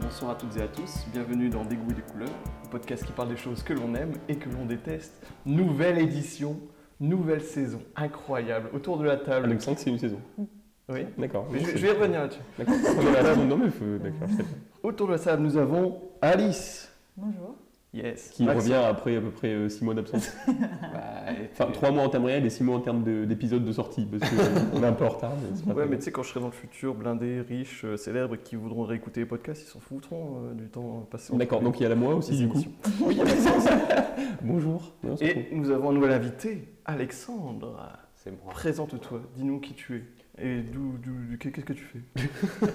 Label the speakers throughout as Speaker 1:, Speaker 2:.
Speaker 1: Bonsoir à toutes et à tous, bienvenue dans Des goûts et des couleurs, le podcast qui parle des choses que l'on aime et que l'on déteste. Nouvelle édition, nouvelle saison, incroyable, autour de la
Speaker 2: Ah,
Speaker 1: table.
Speaker 2: donc 5 c'est une saison.
Speaker 1: Oui,
Speaker 2: D'accord.
Speaker 1: mais
Speaker 2: Non,
Speaker 1: je,
Speaker 2: c'est-
Speaker 1: je vais revenir là-dessus.
Speaker 2: D'accord. Non, mais attends, non, mais faut- d'accord, je sais pas.
Speaker 1: Autour de la table, nous avons Alice.
Speaker 3: Bonjour.
Speaker 1: Yes.
Speaker 2: Qui
Speaker 1: Max-
Speaker 2: revient après à peu près 6 mois d'absence.
Speaker 1: Bah, et-
Speaker 2: Enfin, 3 mois en termes réels et 6 mois en termes de- d'épisodes de, sortie. Parce qu'on est un peu en retard. Mais c'est pas
Speaker 1: Ouais,
Speaker 2: très
Speaker 1: mais
Speaker 2: grave.
Speaker 1: tu sais, quand je serai dans le futur, blindé, riche, euh, célèbre, qui voudront réécouter les podcasts, ils s'en foutront euh, du temps passé. entre
Speaker 2: D'accord,
Speaker 1: les-
Speaker 2: donc il y a la moi aussi
Speaker 1: les
Speaker 2: du coup.
Speaker 1: émissions.
Speaker 2: Bonjour. Non, on s'en fout.
Speaker 1: Et nous avons un nouvel invité, Alexandre.
Speaker 4: C'est moi.
Speaker 1: Présente-toi, dis-nous qui tu es et d'où, d'où- d'où- qu'est-ce que tu fais.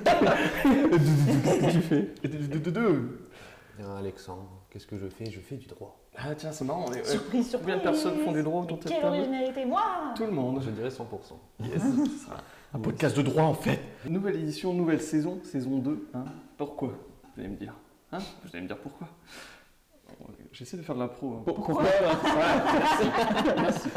Speaker 2: Qu'est-ce que tu fais
Speaker 1: Et de- de- de- de-
Speaker 4: Bien, Alexandre, qu'est-ce que je fais Je fais du droit.
Speaker 1: Ah tiens, c'est marrant. mais, euh,
Speaker 3: Surprise, surprise.
Speaker 1: Combien de personnes font des droits autour de cette
Speaker 3: Quelle
Speaker 1: table
Speaker 3: originalité, moi
Speaker 1: Tout le monde.
Speaker 4: Je dirais 100%.
Speaker 1: Yes, ce sera un podcast de droit en fait. Nouvelle édition, nouvelle saison, saison 2. Hein pourquoi Vous allez me dire. Hein Vous allez me dire pourquoi J'essaie de faire de la pro. hein.
Speaker 2: Pourquoi
Speaker 1: Merci.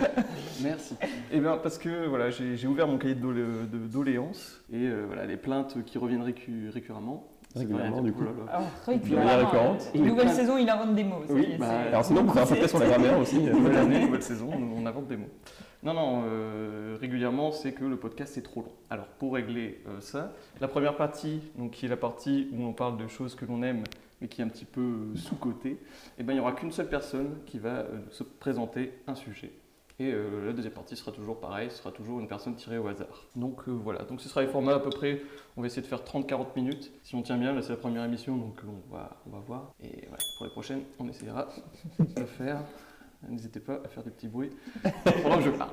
Speaker 1: Merci. Eh bien, parce que voilà, j'ai j'ai ouvert mon cahier de, dolé- de doléances et euh, voilà, les plaintes qui reviennent récu- récurremment. C'est
Speaker 2: Régulièrement,
Speaker 1: pas-
Speaker 2: du
Speaker 1: oh
Speaker 2: coup.
Speaker 1: là là.
Speaker 3: Alors,
Speaker 2: De manière récurrente.
Speaker 1: Et les
Speaker 3: Nouvelle
Speaker 1: plaintes-
Speaker 3: saison, il invente des mots. ça y
Speaker 1: Oui,
Speaker 3: est,
Speaker 1: bah,
Speaker 3: c'est-
Speaker 2: Alors sinon, on pourrait un podcast sur la grammaire aussi. euh.
Speaker 1: Nouvelle année, nouvelle saison, on on invente des mots. Non, non, euh, régulièrement, c'est que le podcast est trop long. Alors, pour régler euh, ça, la première partie, donc, qui est la partie où on parle de choses que l'on aime, mais qui est un petit peu euh, sous-cotée, eh ben, il n'y aura qu'une seule personne qui va euh, se présenter un sujet. Et euh, la deuxième partie sera toujours pareil, ce sera toujours une personne tirée au hasard. Donc euh, voilà, donc ce sera les formats à peu près, on va essayer de faire 30-40 minutes. Si on tient bien, là c'est la première émission, donc euh, on va, on va voir. Et voilà, pour les prochaines, on essaiera de faire N'hésitez pas à faire des petits bruits pendant que je parle.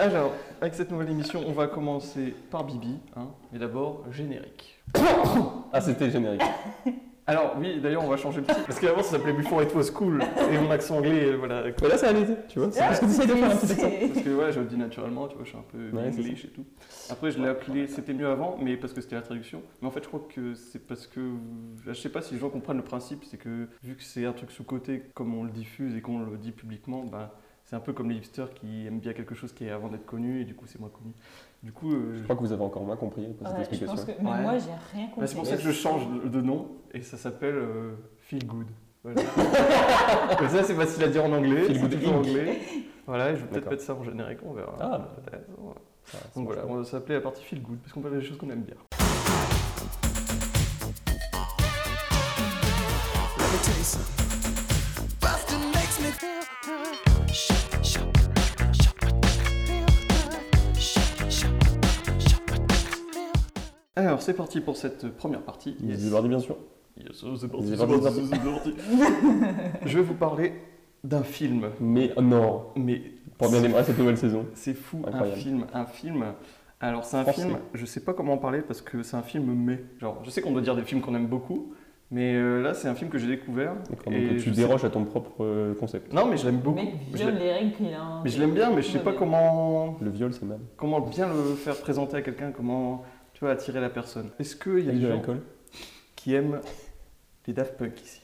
Speaker 1: Alors, avec cette nouvelle émission, on va commencer par Bibi, hein, mais d'abord générique.
Speaker 2: Ah, c'était générique.
Speaker 1: Alors oui, d'ailleurs, on va changer le titre, parce qu'avant ça s'appelait Before It Was Cool, et mon accent anglais, euh, voilà.
Speaker 2: Mais là, ça allait, tu vois. c'est-
Speaker 3: Ah,
Speaker 2: Parce que t'essayes de faire un petit accent.
Speaker 3: c'est-
Speaker 1: Parce que ouais, je le dis naturellement, tu vois, je suis un peu
Speaker 2: Ouais, c'est
Speaker 1: English et tout. Après, je l'ai appelé C'était mieux avant, mais parce que c'était la traduction. Mais en fait, je crois que c'est parce que. Je sais pas si les gens comprennent le principe, c'est que vu que c'est un truc sous-côté, comme on le diffuse et qu'on le dit publiquement, bah, c'est un peu comme les hipsters qui aiment bien quelque chose qui est avant d'être connu et du coup c'est moins connu. Du coup, euh,
Speaker 2: Je crois que vous avez encore moins compris après cette
Speaker 3: Ouais, je pense
Speaker 2: explication.
Speaker 3: que mais
Speaker 1: Ouais.
Speaker 3: moi, j'ai rien compris.
Speaker 1: bah, c'est pour ça que je change de- de nom et ça s'appelle euh, Feel Good. Voilà. Mais ça, c'est facile à dire en anglais.
Speaker 2: Feel
Speaker 1: c'est
Speaker 2: Good
Speaker 1: toujours
Speaker 2: Inc.
Speaker 1: anglais. Voilà, je vais peut-être
Speaker 2: D'accord.
Speaker 1: mettre ça en générique, on verra.
Speaker 2: Ah.
Speaker 1: Peut-être, on verra.
Speaker 2: Ah, c'est
Speaker 1: Donc voilà,
Speaker 2: vachement
Speaker 1: on va s'appeler la partie feel good parce qu'on parle des choses qu'on aime bien. Alors c'est parti pour cette première partie.
Speaker 2: bien. Ils bien sûr.
Speaker 1: Yes, oh, c'est parti,
Speaker 2: Ils
Speaker 1: c'est
Speaker 2: y vont,
Speaker 1: parti, c'est parti. Je vais vous parler d'un film,
Speaker 2: Mais oh non,
Speaker 1: mais
Speaker 2: pour bien démarrer cette nouvelle saison.
Speaker 1: c'est fou, un
Speaker 2: Incroyable.
Speaker 1: film, un film. Alors c'est un
Speaker 2: Français.
Speaker 1: film, je sais pas comment en parler parce que c'est un film mais. Genre, je sais qu'on doit dire des films qu'on aime beaucoup, mais euh, là c'est un film que j'ai découvert.
Speaker 2: D'accord,
Speaker 1: et
Speaker 2: donc tu
Speaker 1: je sais-
Speaker 2: déroges à ton propre euh, concept.
Speaker 1: Non mais je l'aime beaucoup.
Speaker 3: Mais
Speaker 1: Je
Speaker 3: viole
Speaker 1: l'aime-
Speaker 3: les hein. règles qu'il a.
Speaker 1: mais je l'aime bien, mais je sais pas comment
Speaker 2: Le viol, c'est mal.
Speaker 1: comment bien le faire présenter à quelqu'un, comment tu vois attirer la personne. Est-ce qu'il y a
Speaker 2: Avec
Speaker 1: des
Speaker 2: de
Speaker 1: gens
Speaker 2: l'alcool
Speaker 1: qui aiment les Daft Punk ici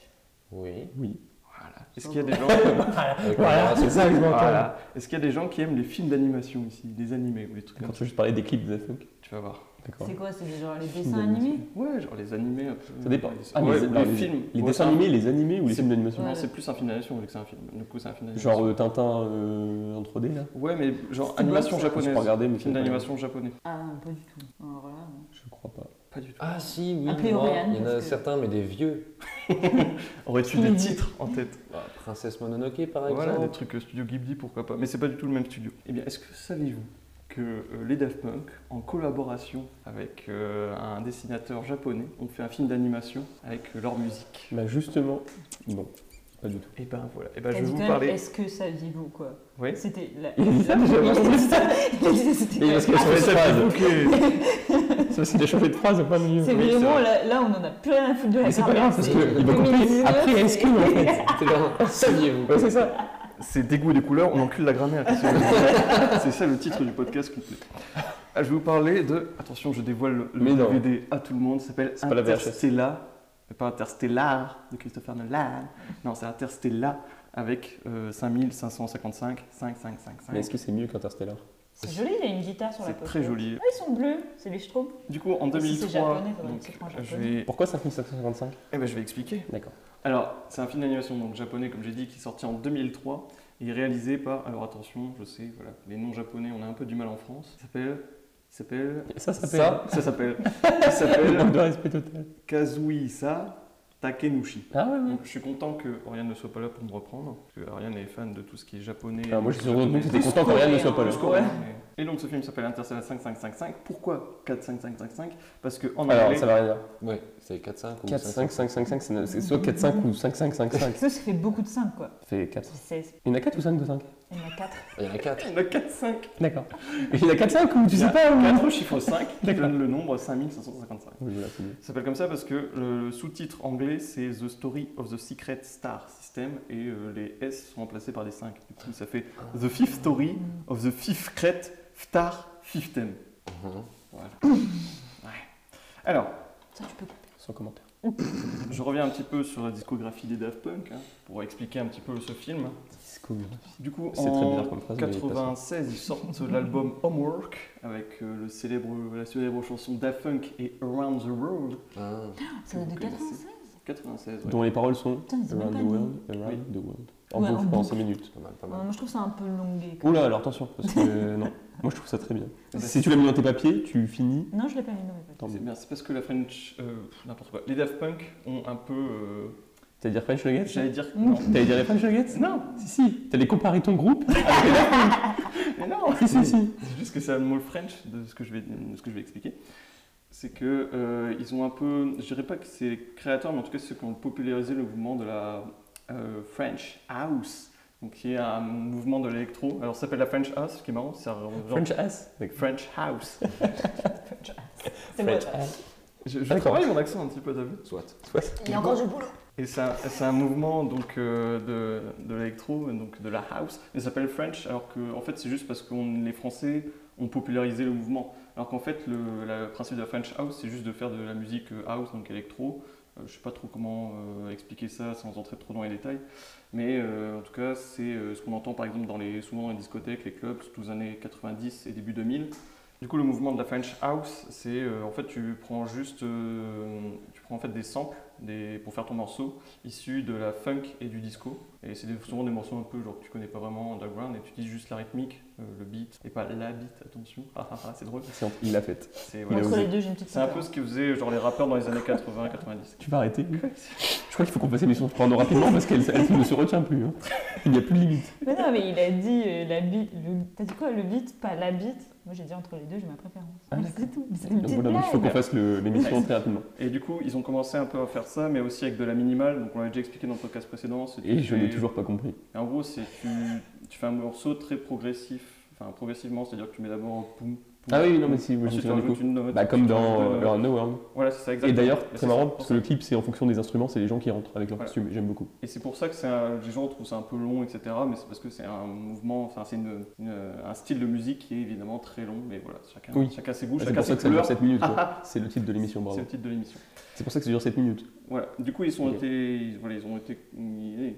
Speaker 4: Oui.
Speaker 2: Oui.
Speaker 1: Voilà. Est-ce qu'il y a des gens
Speaker 4: Avec
Speaker 2: Voilà,
Speaker 4: la
Speaker 2: c'est ça que je
Speaker 1: Voilà. Est-ce qu'il y a des gens qui aiment les films d'animation ici, des animés ou des trucs
Speaker 2: Quand
Speaker 1: comme
Speaker 2: tu
Speaker 1: ça
Speaker 2: veux juste parler des clips des Daft Punk.
Speaker 1: Tu vas voir.
Speaker 2: D'accord.
Speaker 3: C'est quoi C'est genre les
Speaker 2: Film
Speaker 3: dessins
Speaker 2: d'animation.
Speaker 3: animés
Speaker 1: Ouais, genre les animés. un peu-
Speaker 2: Ça dépend. Ah,
Speaker 1: Ouais,
Speaker 2: les,
Speaker 1: ou
Speaker 2: alors,
Speaker 1: les
Speaker 2: les-
Speaker 1: films.
Speaker 2: Les
Speaker 1: Ouais,
Speaker 2: dessins
Speaker 1: c'est un-
Speaker 2: animés, les animés ou les
Speaker 1: c'est-
Speaker 2: films d'animation
Speaker 1: Non,
Speaker 3: Ouais.
Speaker 1: c'est plus un film d'animation vu que c'est un film. Du coup, c'est un film d'animation.
Speaker 2: Genre euh, Tintin euh, en 3D là
Speaker 1: Ouais, mais genre
Speaker 3: C'est
Speaker 1: animation
Speaker 3: bon, ça.
Speaker 2: Je
Speaker 1: japonaise.
Speaker 2: pas regarder, mais
Speaker 1: Film
Speaker 2: c'est-
Speaker 1: d'animation japonais.
Speaker 3: Ah non, pas du tout. Alors là, non.
Speaker 1: Bah,
Speaker 2: Je crois pas.
Speaker 1: Pas du tout.
Speaker 4: Ah si, oui,
Speaker 3: Un peu
Speaker 4: moi,
Speaker 3: Oriane,
Speaker 4: il y en a
Speaker 3: parce que-
Speaker 4: certains, mais des vieux.
Speaker 1: Aurais-tu
Speaker 3: des
Speaker 1: des
Speaker 3: Mhm.
Speaker 1: titres
Speaker 3: titres
Speaker 1: en tête
Speaker 4: Bah, Princesse Mononoke, par
Speaker 1: Voilà, des
Speaker 4: exemple.
Speaker 1: trucs euh, studio Ghibli, pourquoi pas. Mais c'est pas du tout le même studio. Eh bien, est-ce que saviez-vous que euh, les Daft Punk, en collaboration avec euh, un dessinateur japonais, ont fait un film d'animation avec euh, leur musique
Speaker 2: Bah justement, non, pas du tout.
Speaker 1: Et ben voilà. Et ben
Speaker 3: T'as
Speaker 1: je vais
Speaker 3: dit
Speaker 1: vous
Speaker 3: quand même,
Speaker 1: parler.
Speaker 3: Est-ce que saviez-vous quoi
Speaker 1: Oui.
Speaker 3: C'était la.
Speaker 2: Il disait ça déjà,
Speaker 3: Il
Speaker 2: moi, je
Speaker 3: disait
Speaker 2: pensais
Speaker 3: ça. Il disait c'était.
Speaker 2: Mais parce
Speaker 5: Ah,
Speaker 2: que ça
Speaker 1: ça
Speaker 2: phrase.
Speaker 1: vous que-
Speaker 2: Ça, c'est de changer de phrase au plein milieu.
Speaker 3: C'est
Speaker 1: Oui, c'est
Speaker 3: vraiment
Speaker 1: vrai.
Speaker 3: là, là, on en a plus rien à foutre de la
Speaker 2: Mais c'est pas
Speaker 3: grammaire.
Speaker 2: grave parce
Speaker 3: C'est
Speaker 2: qu'il va compris
Speaker 3: 2019,
Speaker 2: après est-ce que en fait.
Speaker 4: C'est bien. Saviez-vous
Speaker 2: Ouais, c'est ça.
Speaker 1: C'est des goûts et des couleurs, on encule la grammaire. qu'est-ce que- C'est ça le titre du podcast complet. Ah, je vais vous parler de. Attention, je dévoile le
Speaker 2: Mais non.
Speaker 1: DVD à tout le monde. Ça s'appelle
Speaker 2: pas la VHS.
Speaker 1: Interstella. Pas Interstellar de Christopher Nolan. Non, c'est Interstella avec euh, 5555, 5555.
Speaker 2: Mais est-ce que c'est mieux qu'Interstellar
Speaker 3: C'est joli, il y a une guitare sur la
Speaker 1: C'est
Speaker 3: pochette.
Speaker 1: très joli.
Speaker 3: Ah, ils sont bleus, c'est les Schtroumpfs.
Speaker 1: Du coup, en
Speaker 3: Si c'est
Speaker 1: 2003,
Speaker 3: japonais, faudrait
Speaker 1: donc,
Speaker 3: que ce soit
Speaker 1: je
Speaker 3: japonais.
Speaker 1: vais,
Speaker 2: Pourquoi 5755
Speaker 1: eh ben, je vais expliquer.
Speaker 2: D'accord.
Speaker 1: Alors, c'est un film d'animation donc japonais, comme j'ai dit, qui est sorti en 2003 et réalisé par. Alors attention, je sais, voilà, les noms japonais, on a un peu du mal en France. Ça s'appelle. ça s'appelle.
Speaker 2: Ça s'appelle.
Speaker 1: Ça, ça s'appelle. ça s'appelle
Speaker 2: Manque de respect total.
Speaker 1: Kazuhisa Takenushi.
Speaker 2: Ah ouais, ouais.
Speaker 1: Donc, je suis content que Oriane ne soit pas là pour me reprendre, parce que Oriane est fan de tout ce qui est japonais.
Speaker 2: Ah, moi, je suis surtout que j'étais
Speaker 1: Plus
Speaker 2: content que rien ne
Speaker 3: coréen,
Speaker 2: soit pas là.
Speaker 1: plus coréen, mais- Et donc ce film s'appelle Interstellar 5555. Pourquoi 45555 Parce que en
Speaker 2: Alors,
Speaker 1: anglais,
Speaker 2: ça va rien dire.
Speaker 4: Ouais, c'est 4-5 ou
Speaker 2: 4, 5, 5, 5, 5, c'est soit 4, 5 ou 5, 5, 5, 5.
Speaker 3: Ça, ça fait beaucoup de 5, quoi.
Speaker 2: Ça fait 4.
Speaker 3: C'est 16.
Speaker 2: Il y en a 4 ou 5 de 5
Speaker 3: Il y en a 4.
Speaker 4: Ah, Il y en a 4.
Speaker 1: on a 4-5.
Speaker 2: D'accord. Il y en a 4, 5 ou tu sais pas ou...
Speaker 1: 4 au chiffre 5 qui donne le nombre 5555.
Speaker 2: Oui, voilà, c'est mieux.
Speaker 1: Ça s'appelle comme ça parce que euh, le sous-titre anglais c'est The Story of the Secret Star System et euh, les S sont remplacés par des 5. Du coup ça fait The Fifth Story of the Fifth Secret Star System.
Speaker 2: Mhm.
Speaker 1: Voilà. Ouais. Alors,
Speaker 3: Ça, tu peux couper.
Speaker 2: Sans commentaire.
Speaker 1: je reviens un petit peu sur la discographie des Daft Punk hein, pour expliquer un petit peu ce film.
Speaker 2: Discographie.
Speaker 1: Du coup,
Speaker 2: C'est
Speaker 1: en
Speaker 2: très bizarre comme phrase, mais
Speaker 1: 96, ils sortent l'album Homework avec euh, le célèbre, la célèbre chanson Daft Punk et Around the World.
Speaker 4: Ah,
Speaker 3: Ah, Ça date de
Speaker 1: Vous connaissez.
Speaker 3: 96
Speaker 1: 96, ouais.
Speaker 2: Dont les paroles sont
Speaker 3: Putain, ils ont
Speaker 2: Around
Speaker 3: pas
Speaker 2: the
Speaker 3: mis.
Speaker 2: world, around the world. En
Speaker 3: Ouais, en
Speaker 2: boucle pendant
Speaker 3: boucle.
Speaker 2: 5 minutes.
Speaker 4: Pas mal, pas
Speaker 3: Ouais,
Speaker 4: mal.
Speaker 3: Moi, je trouve ça un peu longué. quoi.
Speaker 2: Oula, alors attention, parce que euh, non. Moi, je trouve ça très bien.
Speaker 1: Bah,
Speaker 2: Si tu l'as mis dans tes papiers, tu finis.
Speaker 3: Non, je l'ai pas mis dans mes papiers.
Speaker 2: Tant
Speaker 1: C'est
Speaker 2: mieux.
Speaker 1: bien, c'est parce que la French. euh, pff, N'importe quoi. Les Daft Punk ont un peu. euh,
Speaker 2: T'allais dire French Nuggets
Speaker 1: J'allais dire.
Speaker 3: Mm.
Speaker 1: Non.
Speaker 2: T'allais dire les French Nuggets
Speaker 1: Non,
Speaker 2: Si, si. T'allais comparer ton groupe avec les
Speaker 1: mais non
Speaker 2: Si, si, si.
Speaker 1: C'est juste que c'est un mot French de ce que je vais, de ce que je vais expliquer. C'est que euh, ils ont un peu. Je dirais pas que c'est les créateurs, mais en tout cas, c'est ceux qui ont popularisé le mouvement de la euh, French House. Donc, qui est un mouvement de l'électro. Alors, ça s'appelle la French House, ce qui est marrant, c'est un genre-
Speaker 2: French ass.
Speaker 1: French House.
Speaker 3: C'est moi.
Speaker 2: ass.
Speaker 1: Je, je
Speaker 2: D'accord.
Speaker 1: travaille mon accent un petit peu, t'as vu
Speaker 4: Soit.
Speaker 3: Il y a encore du boulot.
Speaker 1: Et c'est un, c'est un mouvement donc euh, de, de l'électro, donc de la house. Il s'appelle French, alors que en fait c'est juste parce que les Français ont popularisé le mouvement. Alors qu'en fait le, la- le principe de la French house, c'est juste de faire de la musique euh, house, donc électro. Euh, je sais pas trop comment euh, expliquer ça sans entrer trop dans les détails, mais euh, en tout cas c'est euh, ce qu'on entend par exemple dans les souvent dans les discothèques, les clubs, surtout les années 90 et début 2000. Du coup, le mouvement de la French House, c'est euh, en fait tu prends juste euh, tu prends en fait des samples des, pour faire ton morceau issus de la funk et du disco. Et c'est des- souvent des morceaux un peu genre que tu connais pas vraiment underground et tu dis juste la rythmique, euh, le beat et pas la beat. Attention, Ah, ah, ah, c'est drôle.
Speaker 2: Il l'a faite.
Speaker 1: C'est voilà.
Speaker 3: Entre
Speaker 2: osé.
Speaker 3: les deux, j'ai une petite
Speaker 1: C'est un peu
Speaker 3: préférence.
Speaker 1: ce que faisaient genre les rappeurs dans les années 80-90.
Speaker 2: Tu vas arrêter Je crois qu'il faut qu'on passe l'émission porno rapidement parce qu'elle elle ne se retient plus. hein. Il n'y a plus de limite.
Speaker 3: Mais non, mais il a dit euh, la bite. le- T'as dit quoi Le bite, pas la bite Moi, j'ai dit entre les deux, j'ai ma préférence.
Speaker 2: Ah,
Speaker 3: Mais
Speaker 2: d'accord.
Speaker 3: c'est tout. C'est une
Speaker 2: Donc
Speaker 3: petite
Speaker 2: voilà, donc il faut qu'on
Speaker 3: blague.
Speaker 2: fasse le- l'émission très rapidement.
Speaker 1: Et du coup, ils ont commencé un peu à faire ça, mais aussi avec de la minimale. Donc on l'avait déjà expliqué dans le podcast précédent. c'est-
Speaker 2: Et je n'ai toujours pas compris.
Speaker 1: Et en gros, c'est tu, tu fais un morceau très progressif, enfin progressivement, c'est-à-dire que tu mets d'abord un poum, poum,
Speaker 2: Ah oui, non, mais si, oui, je me
Speaker 1: ensuite tu
Speaker 2: souviens du
Speaker 1: rajoutes
Speaker 2: coup.
Speaker 1: une note.
Speaker 2: Bah, comme
Speaker 1: tu
Speaker 2: dans
Speaker 1: rajoutes,
Speaker 2: euh,
Speaker 1: euh,
Speaker 2: Around the World.
Speaker 1: Voilà, c'est ça,
Speaker 2: Et
Speaker 1: exactement.
Speaker 2: d'ailleurs,
Speaker 1: Mais
Speaker 2: très
Speaker 1: c'est
Speaker 2: marrant
Speaker 1: pour
Speaker 2: parce
Speaker 1: ça.
Speaker 2: que le clip, c'est en fonction des instruments, c'est les gens qui rentrent avec leur
Speaker 1: Voilà.
Speaker 2: costume. J'aime beaucoup. Ah,
Speaker 1: Et c'est pour ça que c'est un- les gens trouvent ça un peu long, etc. Mais c'est parce que c'est un mouvement, enfin c'est une- une- un style de musique qui est évidemment très long, mais voilà, chacun,
Speaker 2: Oui.
Speaker 1: chacun ses goûts,
Speaker 2: Ah, C'est
Speaker 1: chacun
Speaker 2: pour ça
Speaker 1: ses
Speaker 2: que ça dure
Speaker 1: couleurs.
Speaker 2: 7 minutes. quoi.
Speaker 1: Ah,
Speaker 2: C'est le titre de l'émission,
Speaker 1: C'est
Speaker 2: bravo.
Speaker 1: le titre de l'émission.
Speaker 2: C'est pour ça que ça dure 7 minutes.
Speaker 1: Voilà. Du coup, ils sont
Speaker 2: Ok.
Speaker 1: été, ils- voilà, ils ont été, ils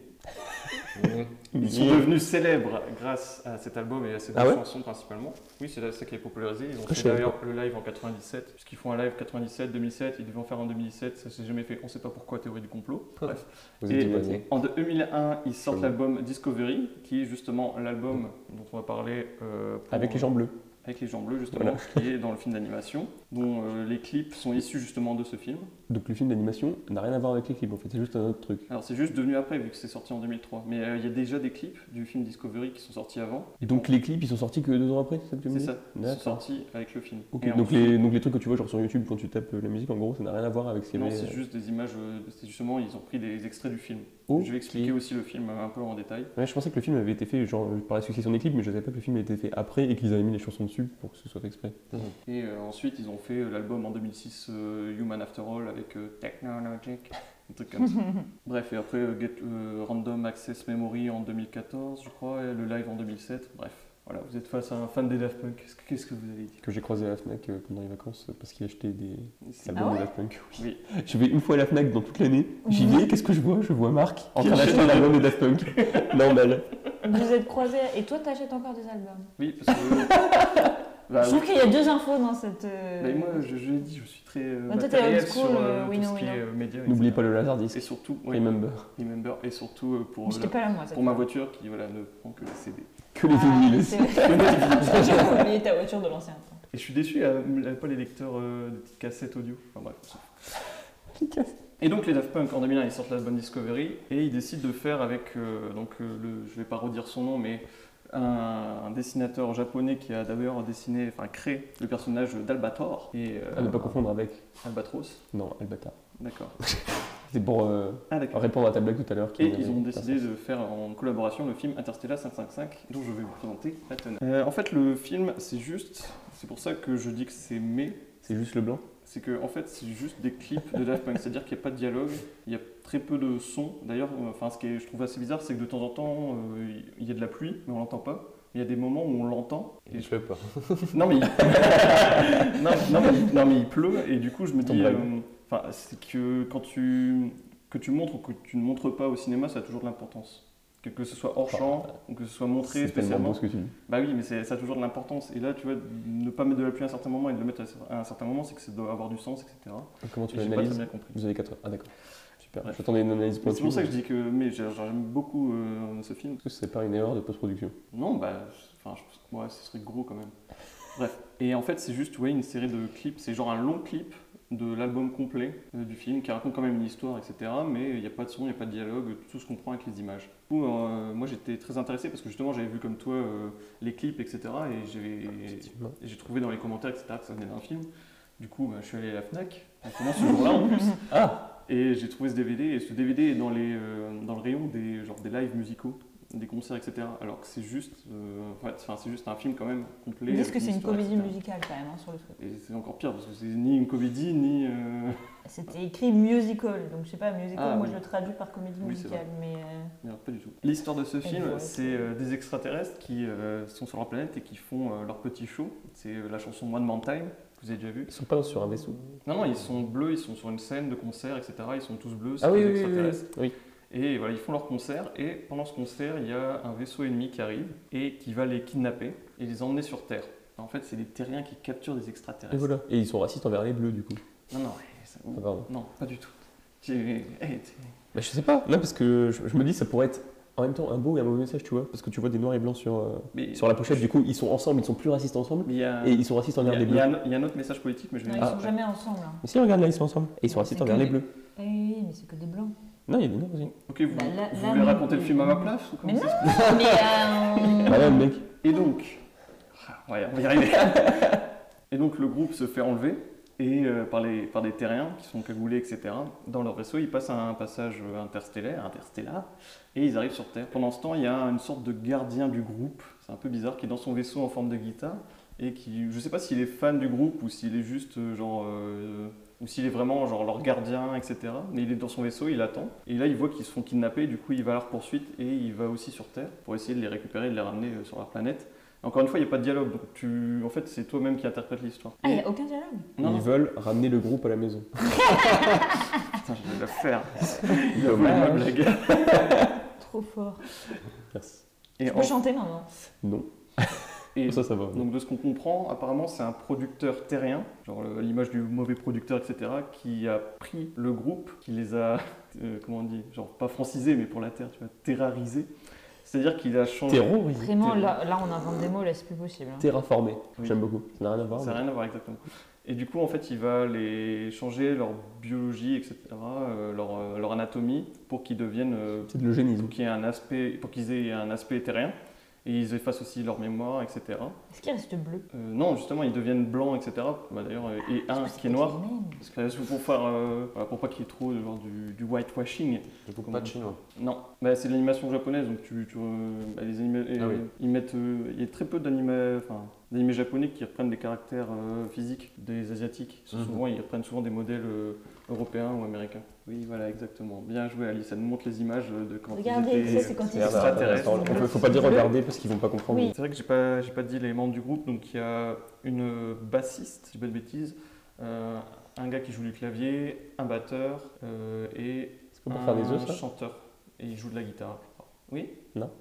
Speaker 4: Mhm.
Speaker 1: sont devenus célèbres grâce à cet album et à ces deux
Speaker 2: Ah ouais Ah,
Speaker 1: chansons principalement. Oui, c'est ça qui est popularisé. Ils ont
Speaker 2: je
Speaker 1: fait
Speaker 2: savais
Speaker 1: d'ailleurs le live en 97, puisqu'ils font un live 97, 2007. Ils devaient en faire en 2017, ça s'est jamais fait. On sait pas pourquoi, théorie du complot.
Speaker 2: Ah.
Speaker 1: Bref.
Speaker 4: Vous
Speaker 1: Et
Speaker 4: êtes éloigné.
Speaker 1: en 2001, ils sortent
Speaker 4: Chelou.
Speaker 1: l'album Discovery, qui est justement l'album dont on va parler euh, pour-
Speaker 2: Avec les gens bleus.
Speaker 1: avec les gens bleus, justement, qui est dans le film d'animation, dont euh, les clips sont issus justement de ce film.
Speaker 2: Donc le film d'animation n'a rien à voir avec les clips en fait, c'est juste un autre truc.
Speaker 1: Alors c'est juste devenu après, vu que c'est sorti en 2003, mais euh, il y a déjà des clips du film Discovery qui sont sortis avant.
Speaker 2: Et donc les clips, ils sont sortis que 2 ans après, c'est ça que tu me
Speaker 1: C'est
Speaker 2: dis
Speaker 1: ça, ils sont
Speaker 2: D'accord.
Speaker 1: sortis avec le film.
Speaker 2: Ok,
Speaker 1: Et
Speaker 2: donc,
Speaker 1: ensuite-
Speaker 2: les, donc les trucs que tu vois genre sur YouTube quand tu tapes euh, la musique, en gros, ça n'a rien à voir avec ce qu'il y
Speaker 1: Non,
Speaker 2: avait.
Speaker 1: c'est juste des images, euh, c'est justement, ils ont pris des extraits du film.
Speaker 2: Oh,
Speaker 1: Je vais expliquer aussi le film euh, un peu en détail.
Speaker 2: Ouais, je pensais que le film avait été fait genre euh, par la succession des clips, mais je savais pas que le film avait été fait après et qu'ils avaient mis les chansons dessus pour que ce soit fait exprès.
Speaker 1: Et euh, ensuite, ils ont fait euh, l'album en 2006, euh, Human After All, avec euh, Technologic, un truc comme ça. bref, et après, euh, Get- euh, Random Access Memory en 2014, je crois, et le live en 2007. Bref, voilà, vous êtes face à un fan des Daft Punk, qu'est-ce que- qu'est-ce que vous allez dire
Speaker 2: Que j'ai croisé à la Fnac euh, pendant les vacances euh, parce qu'il achetait des
Speaker 1: C'est-
Speaker 2: albums
Speaker 3: Ah ouais Mhm.
Speaker 2: de Daft Punk.
Speaker 1: Oui.
Speaker 2: Je vais une fois à la Fnac dans toute l'année, j'y
Speaker 3: Oui.
Speaker 2: vais, qu'est-ce que je vois Je vois Marc en
Speaker 1: Qui
Speaker 2: train
Speaker 1: achète
Speaker 2: d'acheter un album de Daft Punk. Normal.
Speaker 3: vous êtes croisés et toi t'achètes encore des albums.
Speaker 1: Oui, parce que. Bah,
Speaker 3: je trouve qu'il y a deux infos dans cette. euh,
Speaker 1: mais moi, je, je l'ai dit, je suis très euh,
Speaker 3: Bah, toi, t'es
Speaker 1: matériel
Speaker 3: old school,
Speaker 1: sur
Speaker 3: euh,
Speaker 1: euh,
Speaker 3: oui,
Speaker 1: tout
Speaker 3: non,
Speaker 1: ce qui
Speaker 3: oui,
Speaker 1: est euh, médias.
Speaker 2: N'oubliez
Speaker 1: etc.
Speaker 2: pas le laserdisc.
Speaker 1: Et surtout, oui,
Speaker 2: Remember.
Speaker 1: Remember, et surtout euh, pour,
Speaker 3: J'étais
Speaker 1: la-
Speaker 3: pas là moi. cette
Speaker 1: pour ma
Speaker 3: fois.
Speaker 1: voiture qui voilà, ne prend que les CD.
Speaker 2: Que les vinyles
Speaker 3: c'est
Speaker 2: aussi.
Speaker 3: vrai. J'ai oublié ta voiture de l'ancien temps.
Speaker 1: Et je suis déçu, elle n'a pas les lecteurs euh, de petites cassettes audio. Enfin bref. Et donc les Daft Punk en 2001 ils sortent l'album Discovery et ils décident de faire avec euh, donc euh, le je vais pas redire son nom mais un, un dessinateur japonais qui a d'ailleurs dessiné enfin créé le personnage d'Albator et euh,
Speaker 2: À ne pas confondre avec.
Speaker 1: Albatros
Speaker 2: Non, Albatar.
Speaker 1: d'accord
Speaker 2: C'est pour euh,
Speaker 1: ah d'accord
Speaker 2: répondre à ta blague tout à l'heure. qui
Speaker 1: et
Speaker 2: m'avait-
Speaker 1: ils ont décidé de faire en collaboration le film Interstellar 555 dont je vais vous présenter la teneur. Euh, en fait le film c'est juste c'est pour ça que je dis que c'est mais
Speaker 2: C'est juste le blanc.
Speaker 1: c'est que en fait c'est juste des clips de Daft Punk, c'est-à-dire qu'il n'y a pas de dialogue, il y a très peu de son. D'ailleurs, euh, enfin ce que je trouve assez bizarre, c'est que de temps en temps euh, il y a de la pluie, mais on l'entend pas. Il y a des moments où on l'entend. et
Speaker 4: Je peux pas.
Speaker 1: je- Non mais il... non, non, mais il- non, mais il pleut et du coup je me
Speaker 2: Ton
Speaker 1: dis,
Speaker 2: blague.
Speaker 1: euh, enfin c'est que quand tu que tu montres ou que tu ne montres pas au cinéma, ça a toujours de l'importance. Que, que ce soit hors champ ou que ce soit montré
Speaker 2: C'est tellement
Speaker 1: spécialement.
Speaker 2: beau ce que tu dis.
Speaker 1: Bah oui, mais c'est- ça a toujours de l'importance. Et là, tu vois, ne pas mettre de la pluie à un certain moment et de le mettre à un certain moment, c'est que ça doit avoir du sens, etc.
Speaker 2: Comment
Speaker 1: J'ai
Speaker 2: tu
Speaker 1: pas très
Speaker 2: l'analyses
Speaker 1: bien compris.
Speaker 2: Vous avez 4 Ah d'accord. Super.
Speaker 1: Ouais.
Speaker 2: J'attendais une analyse
Speaker 1: Mais
Speaker 2: pointue.
Speaker 1: C'est pour ça que je dis que mais j'ai- j'aime beaucoup euh, ce film.
Speaker 2: Est-ce que c'est pas une erreur de post-production
Speaker 1: Non, bah, enfin, je pense que ouais, ce serait gros quand même. Bref. Et en fait, c'est juste ouais, une série de clips. C'est genre un long clip de l'album complet euh, du film qui raconte quand même une histoire, etc. Mais il n'y a pas de son, il n'y a pas de dialogue, tout se comprend avec les images. Du coup, euh, moi j'étais très intéressé parce que justement j'avais vu comme toi euh, les clips, etc. Et j'ai-
Speaker 2: Effectivement.
Speaker 1: et j'ai trouvé dans les commentaires, etc., que ça venait d'un film. Du coup, bah, je suis allé à la Fnac, notamment ce jour-là en plus.
Speaker 2: Ah
Speaker 1: Et j'ai trouvé ce DVD, et ce DVD est dans, les, euh, dans le rayon des, genre, des lives musicaux, des concerts, etc. Alors que c'est juste, euh, ouais, enfin, c'est juste un film quand même complet.
Speaker 3: Ils disent
Speaker 1: avec
Speaker 3: que c'est une
Speaker 1: histoire,
Speaker 3: comédie
Speaker 1: etc.
Speaker 3: musicale quand même hein, sur le truc.
Speaker 1: Et c'est encore pire, parce que c'est ni une comédie, ni... euh,
Speaker 3: C'était écrit musical, donc je sais pas, musical,
Speaker 1: Ah,
Speaker 3: moi
Speaker 1: oui.
Speaker 3: je le traduis par comédie
Speaker 1: Oui, c'est
Speaker 3: musicale, mais. euh,
Speaker 1: Merde, pas du tout. L'histoire de ce film,
Speaker 3: voit.
Speaker 1: c'est euh, des extraterrestres qui euh, sont sur leur planète et qui font euh, leur petit show. C'est euh, la chanson One Man Time, que vous avez déjà vu.
Speaker 2: Ils sont pas sur un vaisseau.
Speaker 1: Non, non, ils sont bleus, ils sont sur une scène de concert, etc. Ils sont tous bleus, c'est
Speaker 2: Ah oui,
Speaker 1: des
Speaker 2: oui, oui,
Speaker 1: extraterrestres.
Speaker 2: oui. oui.
Speaker 1: Et voilà, ils font leur concert, et pendant ce concert, il y a un vaisseau ennemi qui arrive et qui va les kidnapper et les emmener sur Terre. En fait, c'est les terriens qui capturent des extraterrestres.
Speaker 2: Et voilà. Et ils sont racistes envers les bleus du coup.
Speaker 1: Non, non, eh, ça-
Speaker 2: Ah, pardon.
Speaker 1: non, pas du tout. J'ai- eh, t'es-
Speaker 2: Bah, je sais pas. Non, parce que je, je me dis ça pourrait être en même temps un beau et un mauvais message, tu vois. Parce que tu vois des noirs et blancs sur, euh,
Speaker 1: mais-
Speaker 2: sur la pochette, du coup, ils sont ensemble, ils sont plus racistes ensemble.
Speaker 1: mais il y a,
Speaker 2: Et ils sont racistes
Speaker 1: il y a-
Speaker 2: envers les
Speaker 1: il y
Speaker 2: bleus.
Speaker 1: a un, il y a un autre message politique, mais je vais
Speaker 3: non, ils
Speaker 1: le dire
Speaker 3: sont
Speaker 1: après.
Speaker 3: jamais ensemble. hein.
Speaker 2: Mais si, regarde là, ils sont ensemble. Et ils sont
Speaker 3: Mais
Speaker 2: racistes
Speaker 3: c'est
Speaker 2: envers
Speaker 3: que
Speaker 2: les
Speaker 3: des-
Speaker 2: bleus.
Speaker 3: Eh oui, mais c'est que des blancs.
Speaker 2: Non, il y a des noirs aussi.
Speaker 1: Ok, vous,
Speaker 3: Bah, là-
Speaker 1: vous
Speaker 3: là,
Speaker 1: voulez
Speaker 3: mais-
Speaker 1: raconter le film à ma place ou comment
Speaker 3: Mais
Speaker 1: ça
Speaker 3: non,
Speaker 1: se-
Speaker 3: mais. euh,
Speaker 2: Ah ouais, le mec.
Speaker 1: Et donc, ouais, on va y arriver. et donc le groupe se fait enlever et euh, par, les, par des terriens qui sont cagoulés, etc. Dans leur vaisseau, ils passent à un passage euh, interstellaire, interstellar, et ils arrivent sur Terre. Pendant ce temps, il y a une sorte de gardien du groupe, c'est un peu bizarre, qui est dans son vaisseau en forme de guitare et qui, je sais pas s'il est fan du groupe ou s'il est juste euh, genre. euh, ou s'il est vraiment genre leur gardien, etc. Mais il est dans son vaisseau, il attend. Et là, il voit qu'ils se font kidnapper, du coup, il va à leur poursuite et il va aussi sur Terre pour essayer de les récupérer, de les ramener euh, sur leur planète. Encore une fois, il n'y a pas de dialogue, donc tu... en fait, c'est toi-même qui interprète l'histoire.
Speaker 3: Ah, il n'y a aucun dialogue.
Speaker 1: Non,
Speaker 2: ils
Speaker 1: non,
Speaker 2: veulent ramener le groupe à la maison.
Speaker 1: putain, je vais la faire.
Speaker 2: Ils
Speaker 1: Vous voulez ma blague
Speaker 3: Trop fort.
Speaker 2: Merci.
Speaker 1: Et
Speaker 3: Je
Speaker 1: en-
Speaker 3: peux chanter maintenant.
Speaker 2: Non.
Speaker 1: et-
Speaker 2: Ça, ça va.
Speaker 1: Donc de ce qu'on comprend, apparemment c'est un producteur terrien, genre le- l'image du mauvais producteur, etc., qui a pris le groupe, qui les a, euh, comment on dit, genre pas francisés, mais pour la Terre, tu vois, terrarisés. C'est-à-dire qu'il a changé...
Speaker 2: Terrorisé.
Speaker 1: euh,
Speaker 3: Vraiment, là, là, on invente des mots, là c'est plus possible. hein.
Speaker 2: Terraformé.
Speaker 1: Oui.
Speaker 2: J'aime beaucoup. Ça n'a rien à voir.
Speaker 1: Ça n'a
Speaker 2: mais-
Speaker 1: rien à voir exactement. Et du coup, en fait, il va les changer leur biologie, etc., euh, leur, euh, leur anatomie, pour qu'ils deviennent, euh,
Speaker 2: C'est de l'eugénisme.
Speaker 1: pour qu'il y ait un aspect, pour qu'ils aient un aspect terrien. Et ils effacent aussi leur mémoire, etc.
Speaker 3: Est-ce qu'il reste bleu
Speaker 1: Euh, non, justement, ils deviennent blancs, etc. Bah, D'ailleurs, euh, et un qui est noir. Parce que, euh, c'est pour faire, euh, voilà, pour pas qu'il y ait trop de genre du, du whitewashing.
Speaker 4: Je coupe pas de chinois.
Speaker 1: Non, bah, c'est de l'animation japonaise, donc tu, tu, euh, bah, les anima- euh,
Speaker 4: Ah oui.
Speaker 1: ils mettent, euh, il y a très peu d'animés, enfin, d'animés japonais qui reprennent des caractères euh, physiques des asiatiques. C'est
Speaker 4: Mhm.
Speaker 1: Souvent, ils reprennent souvent des modèles euh, européens ou américains. Oui, voilà, exactement. Bien joué, Alice. Ça nous montre les images euh, de quand
Speaker 3: Regardez,
Speaker 1: ils étaient.
Speaker 3: ça c'est quand ils
Speaker 1: Merde,
Speaker 3: sont.
Speaker 1: extraterrestre.
Speaker 2: On peut- faut pas dire regarder parce qu'ils vont pas comprendre.
Speaker 3: Oui.
Speaker 1: C'est vrai que j'ai pas, j'ai pas dit les membres du groupe, donc il y a une bassiste, si je dis pas de bêtises, euh, un gars qui joue du clavier, un batteur euh, et
Speaker 2: C'est pas pour faire des œufs,
Speaker 1: un
Speaker 2: ça
Speaker 1: chanteur. Et il joue de la guitare. Oui
Speaker 2: Non.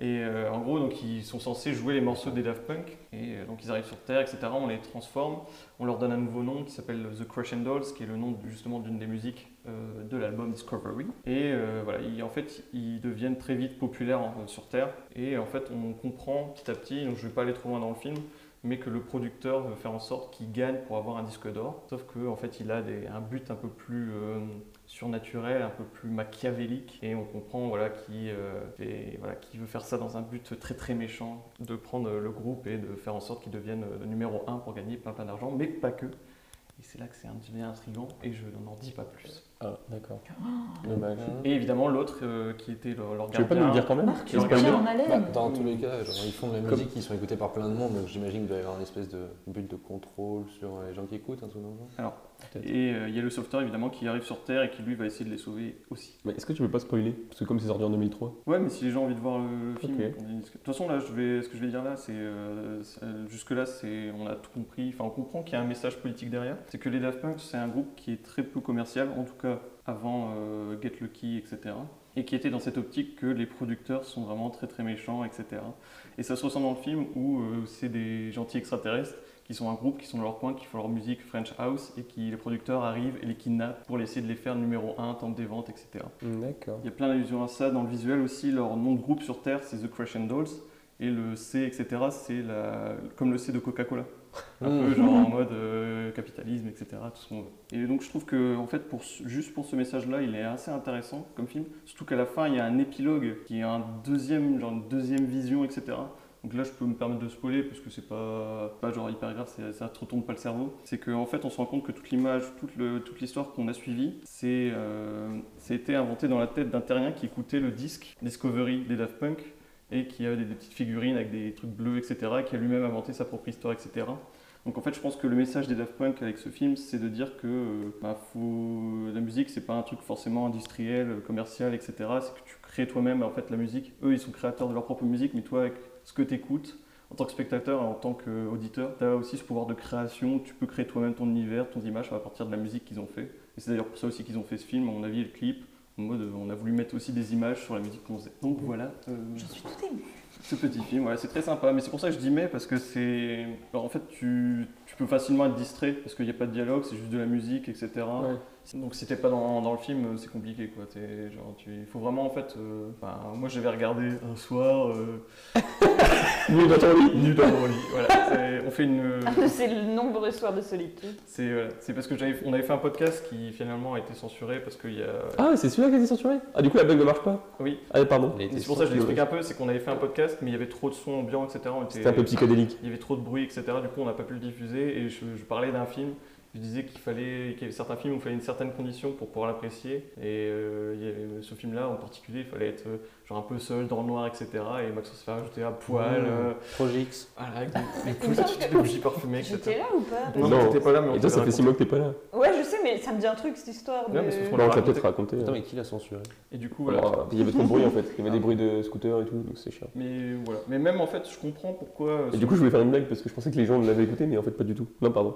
Speaker 1: Et euh, en gros, donc, ils sont censés jouer les morceaux des Daft Punk. Et euh, donc, ils arrivent sur Terre, etc. On les transforme. On leur donne un nouveau nom qui s'appelle The Crescendos, qui est le nom justement d'une des musiques euh, de l'album Discovery. Et euh, voilà, ils- en fait, ils deviennent très vite populaires en- sur Terre. Et en fait, on comprend petit à petit, donc je vais pas aller trop loin dans le film, mais que le producteur veut faire en sorte qu'il gagne pour avoir un disque d'or. Sauf qu'en fait, il a des- un but un peu plus euh, surnaturel, un peu plus machiavélique. Et on comprend voilà, qu'il euh, fait- voilà, qu'il veut faire ça dans un but très très méchant, de prendre le groupe et de faire en sorte qu'il devienne euh, numéro un pour gagner plein plein d'argent, mais pas que. Et c'est là que c'est un devient intriguant et je n'en dis pas plus.
Speaker 2: Ah, d'accord.
Speaker 3: Oh.
Speaker 2: Dommage.
Speaker 1: Et évidemment l'autre euh, qui était leur, leur
Speaker 2: Tu veux pas nous le
Speaker 1: gardien-
Speaker 2: dire quand même
Speaker 3: Marc,
Speaker 1: Ils
Speaker 3: tu
Speaker 1: ont
Speaker 3: es
Speaker 1: gagné.
Speaker 3: en
Speaker 4: Bah,
Speaker 3: haleine.
Speaker 4: dans tous les cas, genre, ils font de la
Speaker 2: Comme-
Speaker 4: musique, ils sont écoutés par plein de monde, donc j'imagine qu'il doit y avoir une espèce de but de contrôle sur euh, les gens qui écoutent, un truc dans le genre.
Speaker 1: Et euh, il y a le sauveteur évidemment qui arrive sur Terre et qui lui va essayer de les sauver aussi.
Speaker 2: Mais est-ce que tu peux pas spoiler Parce que comme c'est sorti en 2003.
Speaker 1: Ouais, mais si les gens ont envie de voir le, le film,
Speaker 2: Ok.
Speaker 1: on dit- de toute façon là, je vais, ce que je vais dire là, c'est euh, c'est- euh, jusque là, c'est on a tout compris. Enfin, on comprend qu'il y a un message politique derrière. C'est que les Daft Punk, c'est un groupe qui est très peu commercial, en tout cas avant euh, Get Lucky, etc. Et qui était dans cette optique que les producteurs sont vraiment très très méchants, etc. Et ça se ressent dans le film où euh, c'est des gentils extraterrestres qui sont un groupe, qui sont dans leur coin, qui font leur musique French House et qui les producteurs arrivent et les kidnappent pour essayer de les faire numéro 1, tente des ventes, etc.
Speaker 2: D'accord.
Speaker 1: Il y a plein d'allusions à ça. Dans le visuel aussi, leur nom de groupe sur Terre, c'est The Crescendos. Et le C, etc., c'est la... comme le C de Coca-Cola. Un
Speaker 4: Mmh.
Speaker 1: peu genre en mode euh, capitalisme, etc. Tout ce qu'on veut. Et donc je trouve que, en fait, pour ce- juste pour ce message-là, il est assez intéressant comme film. Surtout qu'à la fin, il y a un épilogue qui est un deuxième, genre une deuxième vision, etc. Donc là, je peux me permettre de spoiler parce que c'est pas, pas genre hyper grave, c'est- ça te retourne pas le cerveau. C'est qu'en en fait, on se rend compte que toute l'image, toute le- toute l'histoire qu'on a suivie, c'est euh, c'était inventé dans la tête d'un terrien qui écoutait le disque Discovery des Daft Punk et qui avait des, des petites figurines avec des trucs bleus, etc. et qui a lui-même inventé sa propre histoire, etc. Donc en fait, je pense que le message des Daft Punk avec ce film, c'est de dire que euh, bah, faut- la musique, c'est pas un truc forcément industriel, euh, commercial, etc. C'est que tu crées toi-même en fait la musique. Eux, ils sont créateurs de leur propre musique, mais toi, avec ce que tu écoutes, en tant que spectateur et en tant qu'auditeur, tu as aussi ce pouvoir de création. Tu peux créer toi-même ton univers, ton image à partir de la musique qu'ils ont fait. Et c'est d'ailleurs pour ça aussi qu'ils ont fait ce film, à mon avis, et le clip. En mode, euh, on a voulu mettre aussi des images sur la musique qu'on faisait. Donc voilà. euh,
Speaker 3: J'en suis tout émue.
Speaker 1: ce petit film, voilà, c'est très sympa, mais c'est pour ça que je dis mais, parce que c'est. alors, en fait, tu, tu peux facilement être distrait, parce qu'il n'y a pas de dialogue, c'est juste de la musique, etc.
Speaker 2: Ouais.
Speaker 1: Donc si t'es pas dans, dans le film, euh, c'est compliqué, quoi. T'es, genre, tu... Il faut vraiment, en fait. euh, ben, moi, j'avais regardé un soir. euh,
Speaker 2: Oui, bah, attends, oui.
Speaker 1: nu dans mon lit, voilà. C'est- On fait une. euh,
Speaker 3: C'est le nombreux soir de solitude.
Speaker 1: C'est, voilà, c'est parce que j'avais, on avait fait un podcast qui finalement a été censuré, parce qu'il y a.
Speaker 2: Ah, c'est celui-là qui a été censuré Ah, du coup, la blague ne marche pas
Speaker 1: Oui,
Speaker 2: Ah, pardon.
Speaker 4: Il a été
Speaker 1: et c'est pour ça que je
Speaker 2: censuré.
Speaker 1: l'explique un peu, c'est qu'on avait fait un podcast, mais il y avait trop de sons ambiants, etc. On était-
Speaker 2: C'était un peu psychédélique.
Speaker 1: il y avait trop de bruit, etc. Du coup, on n'a pas pu le diffuser. Et je, je parlais d'un film. Je disais qu'il fallait qu'il y avait certains films où il fallait une certaine condition pour pouvoir l'apprécier. Et euh, il y avait- ce film-là, en particulier, il fallait être euh, genre un peu seul, dans le noir, etc. Et Maxence se fait rajouter à poil,
Speaker 4: Mmh.
Speaker 1: euh,
Speaker 4: Projet X.
Speaker 1: voilà, avec des- des
Speaker 3: Il me semble
Speaker 1: petites
Speaker 3: que-
Speaker 1: bougies parfumées,
Speaker 3: J'étais
Speaker 1: etc.
Speaker 3: là ou pas
Speaker 1: Non,
Speaker 2: Non.
Speaker 1: non, t'étais pas là, mais on
Speaker 2: Et toi,
Speaker 1: te
Speaker 2: ça
Speaker 1: l'a
Speaker 2: fait
Speaker 1: raconté.
Speaker 2: 6 mois que t'es pas là.
Speaker 3: Ouais, je sais, mais ça me dit un truc cette histoire.
Speaker 1: Non, mais
Speaker 3: de-
Speaker 1: c'est
Speaker 2: Non,
Speaker 1: trop
Speaker 2: on
Speaker 1: l'a
Speaker 2: t'a peut-être raconté.
Speaker 4: Attends,
Speaker 2: euh.
Speaker 4: mais qui l'a censuré
Speaker 1: Et du coup, voilà.
Speaker 2: Alors, Il y avait trop de bruit en fait. Il y avait des bruits de scooter et tout, donc c'est chiant.
Speaker 1: Mais voilà. Mais même en fait, je comprends pourquoi. euh,
Speaker 2: Et du coup, je voulais faire une blague parce que je pensais que les gens l'avaient écouté, mais en fait, pas du tout. Non, pardon.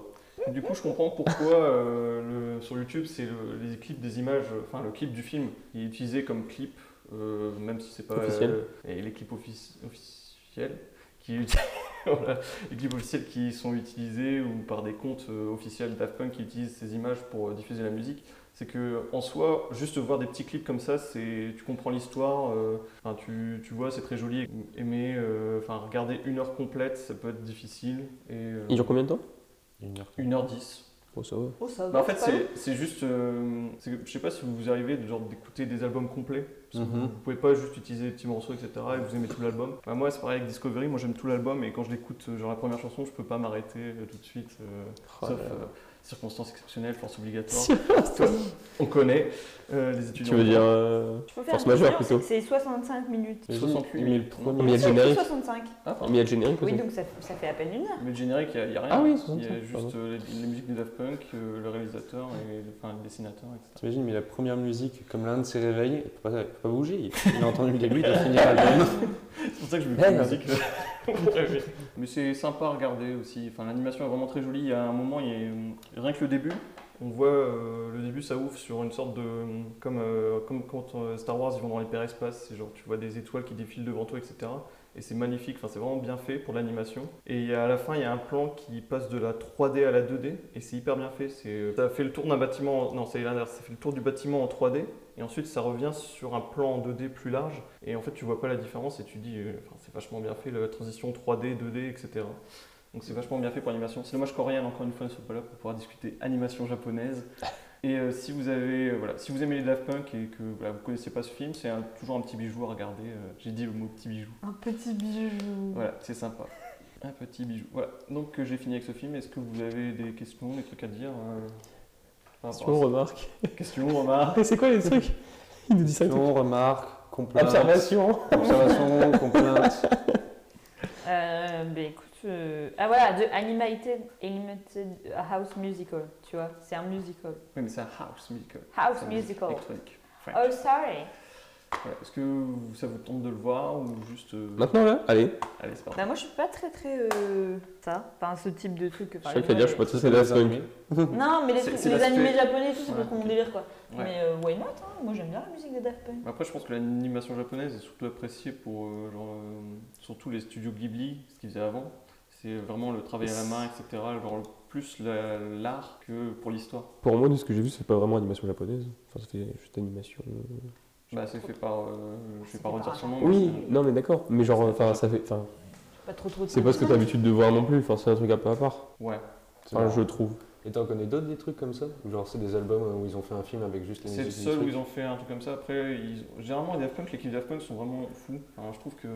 Speaker 1: Du coup, je comprends pourquoi euh, le- sur YouTube, c'est le- les clips des images, euh, enfin le clip du film, il est utilisé comme clip, euh, même si c'est pas euh,
Speaker 2: Officiel.
Speaker 1: et les clips offici- officiels qui uti- voilà, les clips officiels qui sont utilisés ou par des comptes euh, officiels Daft Punk qui utilisent ces images pour euh, diffuser la musique. C'est que en soi, juste voir des petits clips comme ça, c'est tu comprends l'histoire, euh, enfin, tu, tu vois, c'est très joli. Et Mais euh, enfin, regarder une heure complète, ça peut être difficile. Et euh,
Speaker 2: Il dure combien de temps
Speaker 4: Une heure.
Speaker 1: 1h10,
Speaker 2: Bon, ça va.
Speaker 3: Oh, ça va,
Speaker 1: bah, en fait,
Speaker 3: pas long.
Speaker 1: c'est- c'est juste. euh, c'est que je sais pas si vous arrivez de genre d'écouter des albums complets. Parce que
Speaker 4: Mhm.
Speaker 1: Vous pouvez pas juste utiliser des petits morceaux, etc. Et vous aimez tout l'album. Bah, moi, c'est pareil avec Discovery. Moi, j'aime tout l'album. Et quand je l'écoute, euh, genre la première chanson, je peux pas m'arrêter euh, tout de suite. euh,
Speaker 2: Oh
Speaker 1: sauf
Speaker 2: là là.
Speaker 1: euh, circonstances exceptionnelles, force obligatoire. On connaît euh, les étudiants.
Speaker 2: Tu veux dire. euh,
Speaker 3: Je peux faire
Speaker 2: Force
Speaker 3: une
Speaker 2: majeure
Speaker 3: vidéo,
Speaker 2: plutôt.
Speaker 3: C'est 65 minutes.
Speaker 1: 68
Speaker 2: Mais le
Speaker 1: minutes.
Speaker 2: premier- Mais il y a le
Speaker 3: C'est
Speaker 2: générique.
Speaker 3: 65.
Speaker 1: Ah,
Speaker 2: Mais
Speaker 1: pardon.
Speaker 2: il y a le générique aussi.
Speaker 3: Oui, donc ça, ça fait à peine une heure.
Speaker 1: Mais le générique, il y, a- il y a rien.
Speaker 2: Ah oui,
Speaker 1: Il y
Speaker 2: 65,
Speaker 1: a juste
Speaker 2: pardon.
Speaker 1: euh, les, les musiques de Daft Punk, euh, le réalisateur, et, enfin le dessinateur, etc.
Speaker 4: T'imagines, mais la première musique, comme l'un de ses réveils, il peut pas, il peut pas bouger. Il a entendu le début, il a fini l'album.
Speaker 1: C'est pour ça que je mets plus de
Speaker 4: Ben.
Speaker 1: musique. Mais c'est sympa à regarder aussi. Enfin, l'animation est vraiment très jolie. Il y a un moment, il y a, euh, rien que le début, On voit euh, le début, ça ouvre sur une sorte de. Comme, euh, comme quand euh, Star Wars, ils vont dans l'hyperespace, c'est genre tu vois des étoiles qui défilent devant toi, etc. Et c'est magnifique, enfin, c'est vraiment bien fait pour l'animation. Et il y a- à la fin, il y a un plan qui passe de la 3D à la 2D, et c'est hyper bien fait. C'est, euh, ça fait le tour d'un bâtiment, non, c'est l'inverse, ça fait le tour du bâtiment en 3D, et ensuite ça revient sur un plan en 2D plus large, et en fait tu vois pas la différence, et tu dis, euh, enfin, c'est vachement bien fait la transition 3D, 2D, etc. Donc c'est vachement bien fait pour l'animation. C'est dommage qu'Aurélien, encore une fois, ne soit pas là pour pouvoir discuter animation japonaise. Et euh, si vous avez, euh, voilà, si vous aimez les Daft Punk et que voilà, vous connaissez pas ce film, c'est un- toujours un petit bijou à regarder. euh, J'ai dit le mot petit bijou.
Speaker 3: Un petit bijou.
Speaker 1: Voilà, c'est sympa. Un petit bijou. Voilà, donc euh, j'ai fini avec ce film. Est-ce que vous avez des questions, des trucs à dire euh, par rapport
Speaker 2: Question, remarque.
Speaker 1: à ça Questions, remarques
Speaker 2: Ah, c'est quoi les trucs Il nous dit ça.
Speaker 4: Question, remarque, complainte.
Speaker 2: Observation.
Speaker 4: Observation, complainte.
Speaker 5: Euh, ben écoute, euh, ah voilà, de Animated, Animated House Musical, tu vois, c'est un musical.
Speaker 1: Oui, mais c'est un house musical.
Speaker 5: House
Speaker 1: C'est un
Speaker 5: Musical.
Speaker 1: Électronique. French.
Speaker 5: Oh sorry.
Speaker 1: Voilà. Est-ce que vous- ça vous tente de le voir ou juste. euh,
Speaker 2: Maintenant là, allez.
Speaker 1: Allez, c'est parti.
Speaker 5: Bah moi je suis pas très très euh, ça, enfin ce type de truc.
Speaker 2: Je
Speaker 5: enfin,
Speaker 2: crois qu'il va dire, je suis pas très c'est la semaine.
Speaker 5: euh, Non, mais les,
Speaker 1: C'est-
Speaker 5: trucs-
Speaker 1: c'est
Speaker 5: les
Speaker 1: l'aspect-
Speaker 5: animés japonais, et tout, c'est
Speaker 1: Ouais,
Speaker 5: beaucoup mon
Speaker 1: ok.
Speaker 5: délire quoi.
Speaker 1: Ouais.
Speaker 5: Mais euh, why not hein Moi j'aime bien la musique de Daft Punk.
Speaker 1: Mais Après, je pense que l'animation japonaise est surtout appréciée pour euh, genre, euh, surtout les studios Ghibli, ce qu'ils faisaient avant. C'est vraiment le travail à la main, etc. Genre plus la- l'art que pour l'histoire.
Speaker 2: Pour moi, de ce que j'ai vu, c'est pas vraiment animation japonaise. Enfin, ça fait juste animation.
Speaker 1: Bah, c'est fait par. euh, je vais
Speaker 5: C'est
Speaker 1: pas
Speaker 5: fait
Speaker 1: redire
Speaker 5: par
Speaker 1: son nom.
Speaker 2: Oui,
Speaker 1: mais
Speaker 2: non mais d'accord. Mais genre, enfin, ça fait. Enfin,
Speaker 5: Pas trop trop. de
Speaker 2: c'est pas ce que t'as
Speaker 5: connaissances.
Speaker 2: l'habitude de voir non plus. Enfin, c'est un truc un peu à part.
Speaker 1: c'est- Ouais.
Speaker 2: Enfin, je trouve.
Speaker 4: Et t'en connais d'autres des trucs comme ça Ou Genre c'est des albums euh, où ils ont fait un film avec juste les
Speaker 1: C'est le
Speaker 4: musiques du
Speaker 1: seul où
Speaker 4: truc
Speaker 1: ils ont fait un truc comme ça. Après, ils- généralement, les Daft Punk, l'équipe Daft Punk sont vraiment fous. Enfin, je trouve que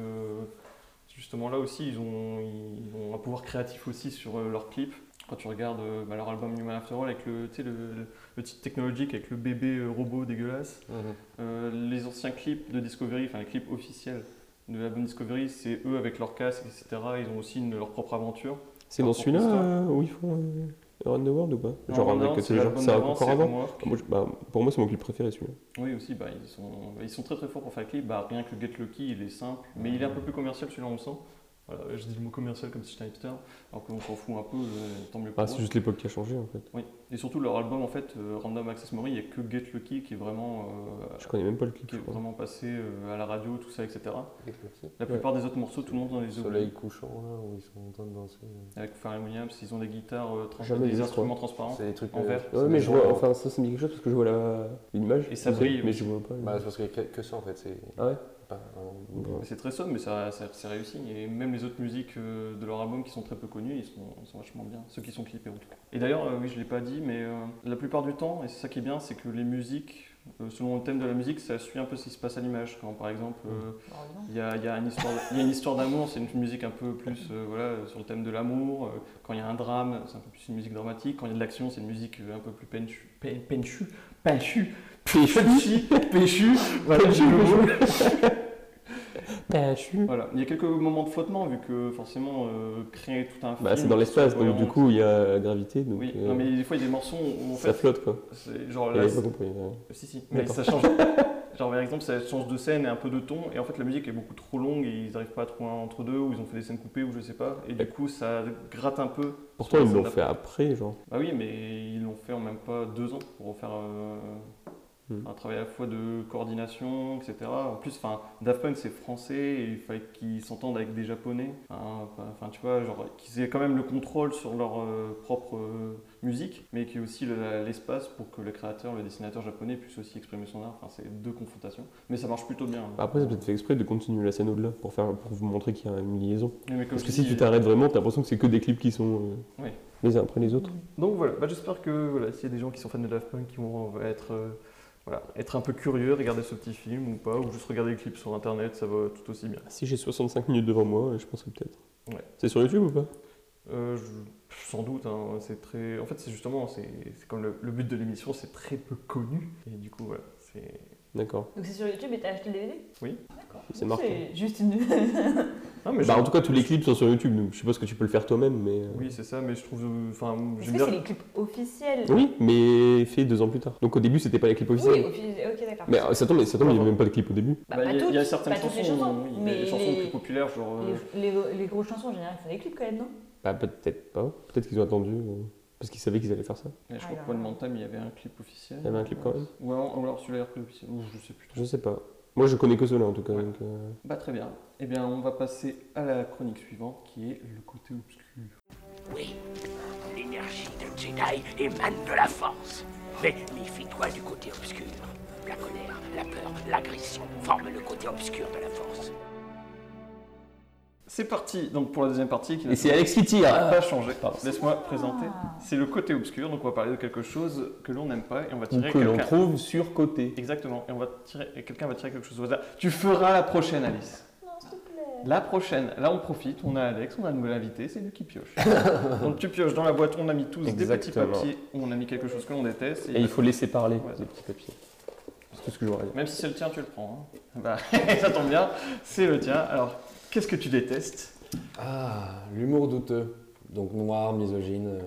Speaker 1: justement là aussi, ils ont, ils ont un pouvoir créatif aussi sur euh, leurs clips. Quand tu regardes euh, bah, leur album Human After All avec le, tu sais, le, le titre technologique, avec le bébé euh, robot dégueulasse,
Speaker 4: Mhm.
Speaker 1: euh, les anciens clips de Discovery, enfin les clips officiels de l'album Discovery, c'est eux avec leur casque, etc. Ils ont aussi une- leur propre aventure.
Speaker 2: C'est dans celui-là euh, où ils font euh, Around the World ou pas Genre
Speaker 1: Non,
Speaker 2: avec
Speaker 1: non,
Speaker 2: euh,
Speaker 1: c'est
Speaker 2: les gens,
Speaker 1: l'album
Speaker 2: c'est
Speaker 1: d'avant,
Speaker 2: encore
Speaker 1: c'est
Speaker 2: avant.
Speaker 1: Homework.
Speaker 2: Ah, moi, je- bah, pour moi, c'est mon clip préféré celui-là.
Speaker 1: Oui aussi, bah, ils, sont, ils sont très très forts pour faire le clip. Bah, rien que Get Lucky, il est simple, mais il est un peu plus commercial celui-là, on le sent. Voilà, je dis le mot commercial comme si j'étais un hipster, alors qu'on s'en fout un peu, euh, tant mieux pour
Speaker 2: Ah,
Speaker 1: eux.
Speaker 2: c'est juste l'époque qui a changé en fait.
Speaker 1: Oui. Et surtout leur album en fait, euh, Random Access Memory, il n'y a que Get Lucky qui est vraiment, euh,
Speaker 2: Je connais même pas le clip.
Speaker 1: qui
Speaker 2: je
Speaker 1: est
Speaker 2: crois.
Speaker 1: vraiment passé euh, à la radio, tout ça, etc.
Speaker 4: Et merci.
Speaker 1: La plupart des autres morceaux, tout le monde dans les
Speaker 4: Soleil couchant là où ils sont en train de danser.
Speaker 1: Avec Pharrell Williams, ils ont des guitares, euh, trans-
Speaker 2: Jamais
Speaker 1: des
Speaker 2: vu, je
Speaker 1: instruments
Speaker 2: crois.
Speaker 1: transparents.
Speaker 4: C'est des trucs
Speaker 1: en
Speaker 4: euh,
Speaker 1: vert.
Speaker 4: c'est
Speaker 2: Ouais,
Speaker 4: des
Speaker 2: mais je
Speaker 4: gens,
Speaker 2: vois,
Speaker 4: euh,
Speaker 2: enfin, ça, ça me dit quelque chose parce que je vois la- l'image.
Speaker 1: Et ça brille
Speaker 2: Mais
Speaker 1: aussi.
Speaker 2: je vois pas. le-
Speaker 4: Bah, c'est parce qu'il y a que, que ça en fait, c'est
Speaker 2: Ah ouais
Speaker 4: pas vraiment.
Speaker 2: Bon.
Speaker 1: Mais C'est très somme, mais ça, ça- c'est réussi. Et même les autres musiques euh, de leur album qui sont très peu connues, ils sont, sont vachement bien. Ceux qui sont clippés en tout cas. Et d'ailleurs, euh, oui, je ne l'ai pas dit, mais euh, la plupart du temps, et c'est ça qui est bien, c'est que les musiques, euh, selon le thème de la musique, ça suit un peu ce qui se passe à l'image. Quand par exemple, euh,
Speaker 5: Par exemple.
Speaker 1: il y, a, il y a une histoire- il y a une histoire d'amour, c'est une musique un peu plus euh, voilà, sur le thème de l'amour. Euh, Quand il y a un drame, c'est un peu plus une musique dramatique. Quand il y a de l'action, c'est une musique euh, un peu plus penchu. pen- Penchu Penchu Penchu Penchu Voilà, j'ai le mot.
Speaker 2: Bah, je suis.
Speaker 1: Voilà, il y a quelques moments de flottement vu que forcément euh, créer tout un film.
Speaker 2: Bah, c'est dans l'espace,
Speaker 1: cohérent,
Speaker 2: donc du coup, il y a la gravité. Donc,
Speaker 1: Oui,
Speaker 2: euh,
Speaker 1: non mais des fois il y a des morceaux où en
Speaker 2: ça
Speaker 1: fait
Speaker 2: flotte quoi.
Speaker 1: c'est genre là,
Speaker 2: J'avais pas compris. ouais.
Speaker 1: Euh, si si, mais
Speaker 2: D'accord.
Speaker 1: ça change. genre par exemple ça change de scène et un peu de ton et en fait la musique est beaucoup trop longue et ils n'arrivent pas à trouver un entre deux ou ils ont fait des scènes coupées ou je sais pas et du coup ça gratte un peu.
Speaker 2: Pourtant,
Speaker 1: sur la
Speaker 2: ils l'ont
Speaker 1: scène
Speaker 2: fait après, genre.
Speaker 1: Bah oui, mais ils l'ont fait en même pas deux ans pour refaire euh,
Speaker 2: Hmm.
Speaker 1: un travail à la fois de coordination, etc. En plus, enfin, Daft Punk c'est français et il fallait qu'ils s'entendent avec des japonais. Enfin, enfin, Enfin, tu vois, genre qu'ils aient quand même le contrôle sur leur euh, propre euh, musique, mais qu'il y ait aussi le- la- l'espace pour que le créateur, le dessinateur japonais puisse aussi exprimer son art. Enfin, c'est deux confrontations, mais ça marche plutôt bien.
Speaker 2: Bah, Après, ça peut-être fait exprès de continuer la scène au-delà pour, faire, pour vous montrer qu'il y a une liaison.
Speaker 1: Mais- mais comme
Speaker 2: Parce
Speaker 1: je
Speaker 2: que
Speaker 1: te
Speaker 2: si
Speaker 1: dis,
Speaker 2: tu t'arrêtes vraiment, t'as l'impression que c'est que des clips qui sont euh,
Speaker 1: euh, Oui.
Speaker 2: les uns après les autres.
Speaker 1: Donc voilà, bah, j'espère que voilà, s'il y a des gens qui sont fans de Daft Punk qui vont euh, être, euh, voilà, être un peu curieux, regarder ce petit film ou pas, ou juste regarder les clips sur internet, ça va tout aussi bien.
Speaker 2: Si j'ai 65 minutes devant moi, je penserais peut-être.
Speaker 1: Ouais.
Speaker 2: C'est sur YouTube ou pas
Speaker 1: Euh, je- sans doute, hein, c'est très. En fait, c'est justement, c'est c'est comme le, le but de l'émission, c'est très peu connu. Et du coup, voilà, c'est.
Speaker 2: D'accord.
Speaker 5: Donc c'est sur YouTube et t'as acheté le DVD
Speaker 2: C'est marqué.
Speaker 3: C'est juste une.
Speaker 1: Non, mais
Speaker 2: Bah,
Speaker 1: je-
Speaker 2: en tout cas, tous les clips sont sur YouTube. donc Je suppose que tu peux le faire toi-même, mais. euh,
Speaker 1: Oui, c'est ça, mais je trouve. euh, Enfin,
Speaker 5: Est-ce
Speaker 1: j'aime
Speaker 5: que c'est
Speaker 1: bien.
Speaker 5: les bah, clips officiels
Speaker 2: Oui, mais fait deux ans plus tard. Donc au début, c'était pas les clips
Speaker 5: Oui,
Speaker 2: officiels.
Speaker 5: officiels. Ok, d'accord.
Speaker 2: Mais
Speaker 3: Bah,
Speaker 2: euh, ça tombe, ça tombe, il n'y avait même pas de clip au début.
Speaker 1: Bah,
Speaker 5: Bah, pas
Speaker 1: il y a- il y, a
Speaker 5: toutes,
Speaker 1: certaines
Speaker 5: pas toutes les
Speaker 1: chansons,
Speaker 5: chansons,
Speaker 1: oui, il y a
Speaker 5: mais
Speaker 1: des chansons
Speaker 5: les-
Speaker 1: plus populaires, genre. euh,
Speaker 5: Les, les, les grosses chansons en général, c'est des clips quand même, non
Speaker 2: Bah peut-être pas. Peut-être qu'ils ont attendu. euh. Parce qu'ils savaient qu'ils allaient faire ça.
Speaker 1: Mais je crois
Speaker 3: Alors.
Speaker 1: que One Man Time, il y avait un clip officiel.
Speaker 2: Il y avait un clip quand même
Speaker 1: Ou alors, ou alors celui-là, il y a un clip officiel. Ou je sais plus trop.
Speaker 2: Je sais pas. Moi, je connais que ceux-là en tout cas.
Speaker 1: Ouais.
Speaker 2: donc, euh,
Speaker 1: Bah très bien. Eh bien, on va passer à la chronique suivante qui est le côté obscur.
Speaker 6: Oui, l'énergie d'un Jedi émane de la force. Mais méfie-toi du côté obscur. La colère, la peur, l'agression forment le côté obscur de la force.
Speaker 1: C'est parti donc pour la deuxième partie qui n'a
Speaker 4: Alex qui tire
Speaker 1: pas changé. Laisse-moi présenter. C'est le côté obscur, donc on va parler de quelque chose que l'on n'aime pas et on va
Speaker 2: Ou
Speaker 1: tirer
Speaker 2: que l'on
Speaker 1: quelqu'un.
Speaker 2: trouve sur côté.
Speaker 1: Exactement, et on va tirer, et quelqu'un va tirer quelque chose au hasard. Tu feras la prochaine, Alice.
Speaker 5: Non, s'il te plaît.
Speaker 1: La prochaine, là on profite, on a Alex, on a un nouvel invité, c'est lui qui pioche. donc tu pioches dans la boîte, on a mis tous
Speaker 2: Exactement.
Speaker 1: des petits papiers, on a mis quelque chose que l'on déteste. et
Speaker 2: Et il faut laisser parler
Speaker 1: Ouais.
Speaker 2: les petits papiers. C'est tout ce que j'aurais à dire.
Speaker 1: Même si c'est le tien, tu le prends. hein. Bah, ça tombe bien, c'est le tien. Alors, qu'est-ce que tu détestes
Speaker 4: Ah, l'humour douteux. Donc noir, misogyne. euh,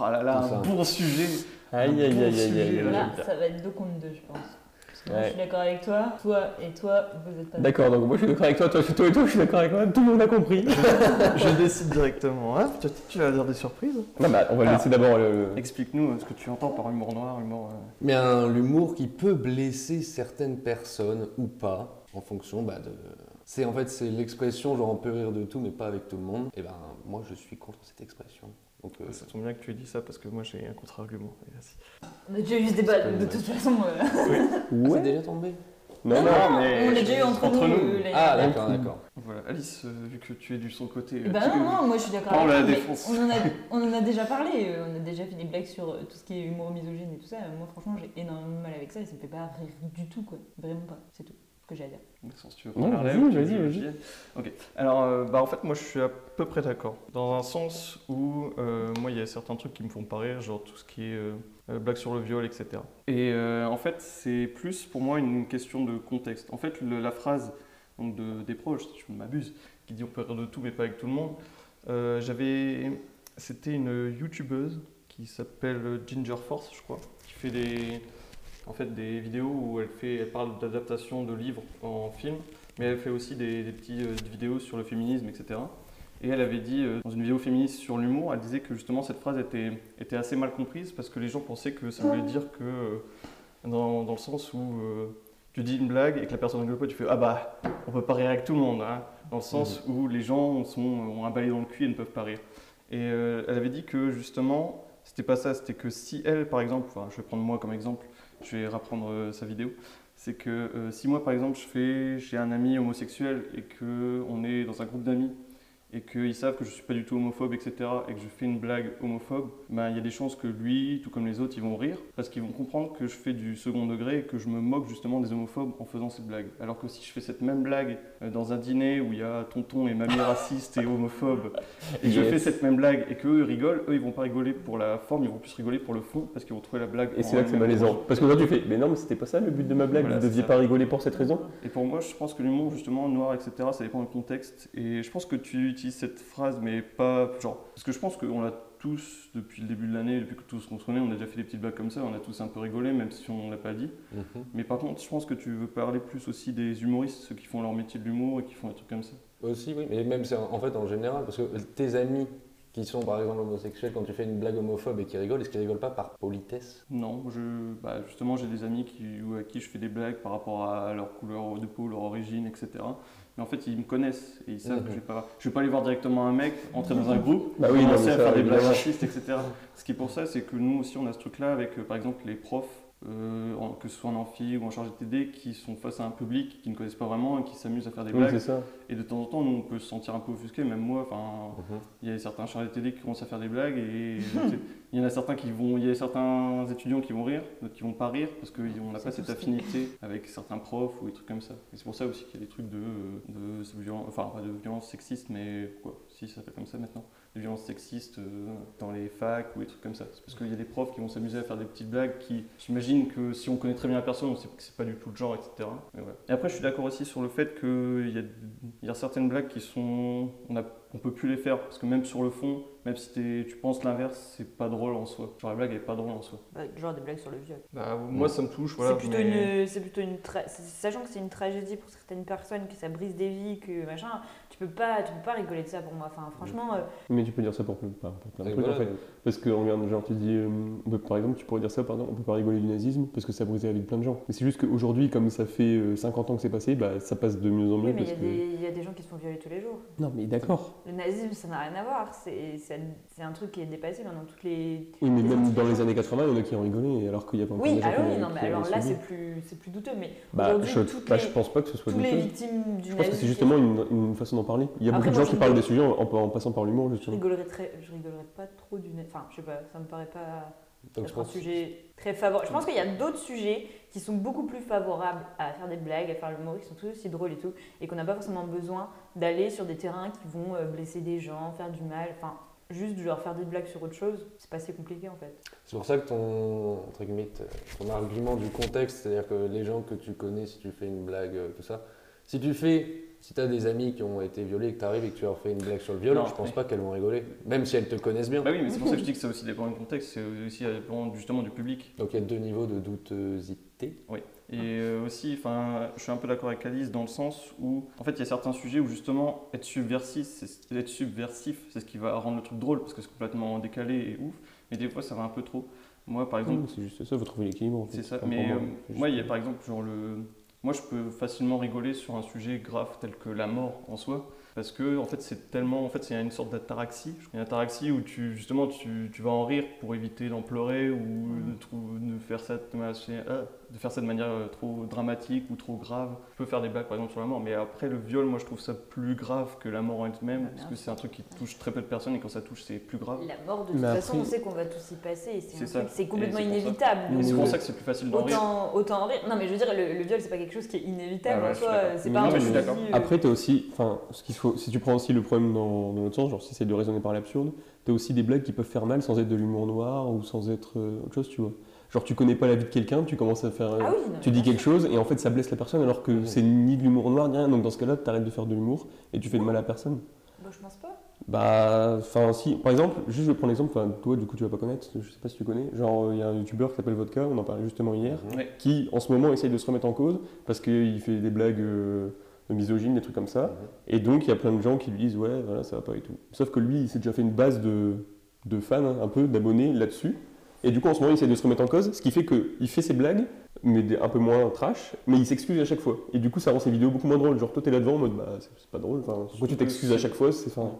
Speaker 1: Oh là là,
Speaker 4: Tout ça.
Speaker 1: un bon sujet
Speaker 2: Aïe aïe aïe aïe aïe.
Speaker 1: sujet,
Speaker 2: aïe.
Speaker 3: Là, ça va être deux contre deux, je pense. Parce que moi,
Speaker 2: Ouais.
Speaker 3: je suis d'accord avec toi. Toi et toi, vous êtes pas
Speaker 2: D'accord, donc moi je suis d'accord avec toi, toi, toi et toi, je suis d'accord avec toi, tout le monde a compris.
Speaker 1: Je décide directement. hein. Tu- tu vas dire des surprises
Speaker 2: non, bah, on va laisser d'abord le. le-
Speaker 1: Explique-nous euh, ce que tu entends par humour noir, humour. euh,
Speaker 4: Mais un- l'humour qui peut blesser certaines personnes ou pas, en fonction bah, de. C'est en fait c'est l'expression genre on peut rire de tout mais pas avec tout le monde. Et ben moi je suis contre cette expression. Donc euh,
Speaker 1: Ça tombe bien que tu aies dit ça parce que moi j'ai un contre-argument. Et là, c'est-
Speaker 3: On a déjà eu ce débat, donc de toute façon. euh,
Speaker 4: ah,
Speaker 2: Ouais.
Speaker 4: c'est déjà tombé.
Speaker 2: Non, non.
Speaker 1: non, mais
Speaker 3: on l'a déjà eu entre,
Speaker 1: Eh, entre nous.
Speaker 3: euh, l'année
Speaker 4: Ah
Speaker 3: dernière.
Speaker 4: d'accord d'accord.
Speaker 1: Voilà, Alice, euh, vu que tu es du son côté.
Speaker 5: Eh ben
Speaker 1: euh,
Speaker 3: Bah
Speaker 1: tu-
Speaker 3: non, non, moi je suis d'accord
Speaker 1: On la
Speaker 3: avec toi, mais
Speaker 1: défonce.
Speaker 3: On en, a, on en a déjà parlé, euh, on a déjà fait des blagues sur euh, tout ce qui est humour misogyne et tout ça. Moi franchement j'ai énormément de mal avec ça et ça me fait pas rire du tout quoi. Vraiment pas, c'est tout ce que j'ai à dire.
Speaker 1: Maxence, tu veux
Speaker 2: Non,
Speaker 1: prendre la
Speaker 2: vas-y,
Speaker 1: relève ou tu
Speaker 2: vas-y,
Speaker 1: veux que
Speaker 2: vas-y.
Speaker 1: je dise Ok. Alors, euh, bah, en fait, moi, je suis à peu près d'accord. Dans un sens où, euh, moi, il y a certains trucs qui me font pas rire, genre tout ce qui est euh, euh, blague sur le viol, etc. Et euh, en fait, c'est plus pour moi une question de contexte. En fait, le- la phrase donc, de, des proches, si je ne m'abuse, qui dit on peut rire de tout, mais pas avec tout le monde, euh, j'avais. C'était une youtubeuse qui s'appelle Ginger Force, je crois, qui fait des. En fait, des vidéos où elle, fait, elle parle d'adaptation de livres en film mais elle fait aussi des, des petites vidéos sur le féminisme, etc. Et elle avait dit, euh, dans une vidéo féministe sur l'humour, elle disait que justement cette phrase était, était assez mal comprise parce que les gens pensaient que ça voulait dire que, euh, dans, dans le sens où euh, tu dis une blague et que la personne rigole pas, tu fais Ah bah, on peut pas rire avec tout le monde, hein. dans le sens où les gens sont, ont un balai dans le cul et ne peuvent pas rire. Et euh, elle avait dit que justement, c'était pas ça, c'était que si elle, par exemple, enfin, je vais prendre moi comme exemple, je vais reprendre euh, sa vidéo, c'est que euh, si moi par exemple je fais j'ai un ami homosexuel et que on est dans un groupe d'amis et qu'ils savent que je suis pas du tout homophobe etc et que je fais une blague homophobe ben il y a des chances que lui tout comme les autres ils vont rire parce qu'ils vont comprendre que je fais du second degré et que je me moque justement des homophobes en faisant cette blague alors que si je fais cette même blague euh, dans un dîner où il y a tonton et mamie raciste et homophobe et que je
Speaker 2: Yes.
Speaker 1: fais cette même blague et que eux ils rigolent eux ils vont pas rigoler pour la forme ils vont plus rigoler pour le fond parce qu'ils vont trouver la blague
Speaker 2: Et
Speaker 1: en
Speaker 2: c'est là que c'est
Speaker 1: elle-même
Speaker 2: malaisant. Parce que toi tu fais, mais non, mais c'était pas ça le but de ma blague,
Speaker 1: Voilà,
Speaker 2: vous
Speaker 1: c'est
Speaker 2: deviez
Speaker 1: ça.
Speaker 2: pas rigoler pour cette raison.
Speaker 1: Et pour moi, je pense que l'humour, justement, noir, etc., ça dépend du contexte. Et je pense que tu utilises cette phrase, mais pas genre. Parce que je pense qu'on l'a tous, depuis le début de l'année, depuis que tous qu'on se connaît, on a déjà fait des petites blagues comme ça, on a tous un peu rigolé, même si on ne l'a pas dit.
Speaker 4: Mhm.
Speaker 1: Mais par contre, je pense que tu veux parler plus aussi des humoristes, ceux qui font leur métier de l'humour et qui font des trucs comme ça.
Speaker 4: Aussi oui, mais même c'est en en fait en général parce que euh, tes amis qui sont par exemple homosexuels quand tu fais une blague homophobe et qui rigolent, est-ce qu'ils rigolent pas par politesse
Speaker 1: Non, je, bah, justement, j'ai des amis qui, ou à qui je fais des blagues par rapport à leur couleur de peau, leur origine, etc. Mais en fait, ils me connaissent et ils savent que je
Speaker 4: Mhm.
Speaker 1: vais pas, je vais pas aller voir directement un mec entrer dans un groupe,
Speaker 2: Bah oui, non,
Speaker 1: commencer
Speaker 2: mais
Speaker 1: à
Speaker 2: ça,
Speaker 1: faire des
Speaker 2: évidemment.
Speaker 1: blagues racistes, etc. Ce qui est pour ça, c'est que nous aussi, on a ce truc-là avec, euh, par exemple, les profs, euh, en- que ce soit en amphi ou en charge de TD, qui sont face à un public qui ne connaissent pas vraiment et qui s'amusent à faire des
Speaker 2: Oui,
Speaker 1: blagues.
Speaker 2: c'est ça.
Speaker 1: Et de temps en temps, nous, on peut se sentir un peu offusqué, même moi. Enfin, il y a certains chargés de TD qui commencent à faire des blagues et il y en a certains qui vont, il y a certains étudiants qui vont rire, d'autres qui vont pas rire parce qu'on n'a pas
Speaker 3: C'est
Speaker 1: cette
Speaker 3: tout ce qui-
Speaker 1: affinité avec certains profs ou des trucs comme ça. Et c'est pour ça aussi qu'il y a des trucs de, euh, de ce violen- enfin pas de violence sexiste, mais quoi, si ça s'appelle comme ça maintenant, des violences sexistes euh, dans les facs ou des trucs comme ça. C'est parce qu'il y a des profs qui vont s'amuser à faire des petites blagues qui, j'imagine que si on connaît très bien la personne, on sait que c'est pas du tout le genre, etc. Mais voilà. Et après, je suis d'accord aussi sur le fait qu'il y a, il y a certaines blagues qui sont, on a- on on peut plus les faire parce que même sur le fond, même si t'es- tu penses l'inverse, c'est pas drôle en soi. Genre la blague elle est pas drôle en soi.
Speaker 5: Bah, Genre des blagues sur le viol.
Speaker 1: Bah, moi ça me touche, voilà.
Speaker 5: c'est plutôt
Speaker 1: mais-
Speaker 5: une, c'est plutôt une tra- c'est- sachant que c'est une tragédie pour certaines personnes, que ça brise des vies, que machin. Tu peux pas, tu peux pas rigoler de ça pour moi. Enfin, franchement, euh,
Speaker 2: Mais tu peux dire ça pour, plein- pour plein de
Speaker 4: Et
Speaker 2: trucs
Speaker 4: voilà,
Speaker 2: en fait. Parce que regarde, genre tu dis, euh, bah, par exemple, tu pourrais dire ça, par exemple, on peut pas rigoler du nazisme parce que ça brisait la vie de plein de gens. Mais c'est juste qu'aujourd'hui, comme ça fait euh, 50 ans que c'est passé, bah ça passe de mieux en mieux
Speaker 5: oui, mais il y,
Speaker 2: parce
Speaker 5: a
Speaker 2: que.
Speaker 5: des- il y a des gens qui se font violer tous les jours.
Speaker 2: Non, mais d'accord.
Speaker 5: Le nazisme, ça n'a rien à voir. C'est, ça- c'est un truc qui est dépassé maintenant. Toutes les.
Speaker 2: Oui, mais
Speaker 5: les
Speaker 2: même dans les
Speaker 5: institutions-
Speaker 2: années 80, il y en a qui ont rigolé alors qu'il y a pas encore
Speaker 5: Oui,
Speaker 2: des gens
Speaker 5: alors
Speaker 2: qui
Speaker 5: oui,
Speaker 2: ont-
Speaker 5: non, mais
Speaker 2: qui ont
Speaker 5: alors là,
Speaker 2: subi.
Speaker 5: c'est plus, c'est plus douteux. Mais
Speaker 2: Bah,
Speaker 5: aujourd'hui,
Speaker 2: je,
Speaker 5: toutes
Speaker 2: bah,
Speaker 5: les-
Speaker 2: je pense pas que ce soit
Speaker 5: tous les
Speaker 2: douteux.
Speaker 5: victimes du
Speaker 2: Je pense que c'est
Speaker 5: nazisme-
Speaker 2: justement une, une façon d'en parler. Il y a
Speaker 5: Après,
Speaker 2: beaucoup de
Speaker 5: moi,
Speaker 2: gens qui
Speaker 5: je
Speaker 2: parlent des
Speaker 5: rigole.
Speaker 2: sujets en, en- en passant par l'humour,
Speaker 5: Je
Speaker 2: justement.
Speaker 5: rigolerais, très, je rigolerais pas trop du nazisme. Enfin, je sais pas, ça me paraît pas.
Speaker 4: Donc, je
Speaker 5: être un
Speaker 4: pense-
Speaker 5: sujet très favorable. Je pense qu'il y a d'autres sujets qui sont beaucoup plus favorables à faire des blagues, à faire l'humour, qui sont tout aussi drôles et tout, et qu'on n'a pas forcément besoin d'aller sur des terrains qui vont euh, blesser des gens, faire du mal, enfin, juste genre faire des blagues sur autre chose, c'est pas si compliqué en fait.
Speaker 4: C'est pour ça que ton, entre guillemets, t- ton argument du contexte, c'est-à-dire que les gens que tu connais, si tu fais une blague, euh, tout ça, si tu fais, si tu as des amis qui ont été violés et que tu arrives et que tu leur fais une blague sur le viol,
Speaker 1: Non,
Speaker 4: je pense
Speaker 1: mais-
Speaker 4: pas qu'elles vont rigoler, même si elles te connaissent bien.
Speaker 1: Bah oui, mais c'est pour ça que je dis que ça aussi dépend du contexte, c'est aussi dépend justement du public.
Speaker 4: Donc il y a deux niveaux de doutosité.
Speaker 1: Et euh, aussi, enfin, je suis un peu d'accord avec Alice dans le sens où, en fait, il y a certains sujets où justement être subversif, c'est être subversif, c'est ce qui va rendre le truc drôle parce que c'est complètement décalé et ouf. Mais des fois, ça va un peu trop. Moi, par exemple,
Speaker 2: Non, C'est juste ça, vous trouvez l'équilibre. en fait.
Speaker 1: c'est ça.
Speaker 2: Enfin,
Speaker 1: Mais euh,
Speaker 2: pour moi, c'est juste-
Speaker 1: moi, il y a par exemple genre le, moi, je peux facilement rigoler sur un sujet grave tel que la mort en soi. Parce que en fait c'est tellement en fait c'est une sorte d'ataraxie, une ataraxie où tu justement tu, tu vas en rire pour éviter d'en pleurer ou de, trou- de faire ça de ma- c'est- ah, de faire ça de manière euh, trop dramatique ou trop grave. Tu peux faire des blagues par exemple sur la mort, mais après le viol moi je trouve ça plus grave que la mort en elle-même
Speaker 5: Bah,
Speaker 1: parce
Speaker 5: bien
Speaker 1: que c'est un truc qui touche très peu de personnes et quand ça touche c'est plus grave.
Speaker 5: La mort, de
Speaker 2: Mais
Speaker 5: toute
Speaker 2: après-
Speaker 5: façon, on sait qu'on va tous y passer, et c'est
Speaker 1: C'est
Speaker 5: un
Speaker 1: ça.
Speaker 5: truc- c'est complètement
Speaker 1: Et c'est pour ça.
Speaker 5: inévitable.
Speaker 1: Et
Speaker 5: donc,
Speaker 1: c'est
Speaker 2: Oui.
Speaker 1: pour ça que c'est plus facile d'en rire.
Speaker 5: Mmh. Autant, autant en rire. Non, mais je veux dire, le, le viol, c'est pas quelque chose qui est inévitable
Speaker 1: Ah ouais,
Speaker 5: en
Speaker 1: je
Speaker 5: soi.
Speaker 1: suis d'accord.
Speaker 5: C'est
Speaker 2: Mais
Speaker 5: pas
Speaker 2: non,
Speaker 5: un
Speaker 2: mais je
Speaker 1: suis
Speaker 5: truc
Speaker 1: d'accord.
Speaker 5: qui, euh,
Speaker 2: Après, t'as aussi, enfin, ce qu'il faut, si tu prends aussi le problème dans, dans l'autre sens, genre si c'est de raisonner par l'absurde, t'as aussi des blagues qui peuvent faire mal sans être de l'humour noir ou sans être euh, autre chose, tu vois. Genre tu connais pas la vie de quelqu'un, tu commences à faire, euh,
Speaker 5: Ah oui, non,
Speaker 2: tu
Speaker 5: mais
Speaker 2: dis
Speaker 5: bien
Speaker 2: quelque chose et en fait ça blesse la personne alors que
Speaker 4: Mhm.
Speaker 2: c'est ni de l'humour noir ni rien. Donc dans ce cas-là, t'arrêtes de faire de l'humour et tu fais de mal à personne.
Speaker 5: sûr. Bah, je pense pas.
Speaker 2: Bah, enfin si, par exemple, juste je vais prendre l'exemple, enfin, toi du coup tu vas pas connaître, je sais pas si tu connais, genre euh, il y a un youtubeur qui s'appelle Vodka, on en parlait justement hier,
Speaker 4: Mhm.
Speaker 1: Ouais.
Speaker 2: qui en ce moment essaye de se remettre en cause parce qu'il fait des blagues euh, misogynes, des trucs comme ça.
Speaker 4: Mhm.
Speaker 2: Et donc il y a plein de gens qui lui disent ouais voilà ça va pas et tout. Sauf que lui il s'est déjà fait une base de, de fans hein, un peu, d'abonnés là-dessus. Et du coup en ce moment il essaie de se remettre en cause, ce qui fait qu'il fait ses blagues, mais des- un peu moins trash, mais il s'excuse à chaque fois. Et du coup ça rend ses vidéos beaucoup moins drôles. Genre toi t'es là devant en mode bah c'est c'est pas drôle, enfin, pourquoi tu t'excuses à chaque fois c'est enfin,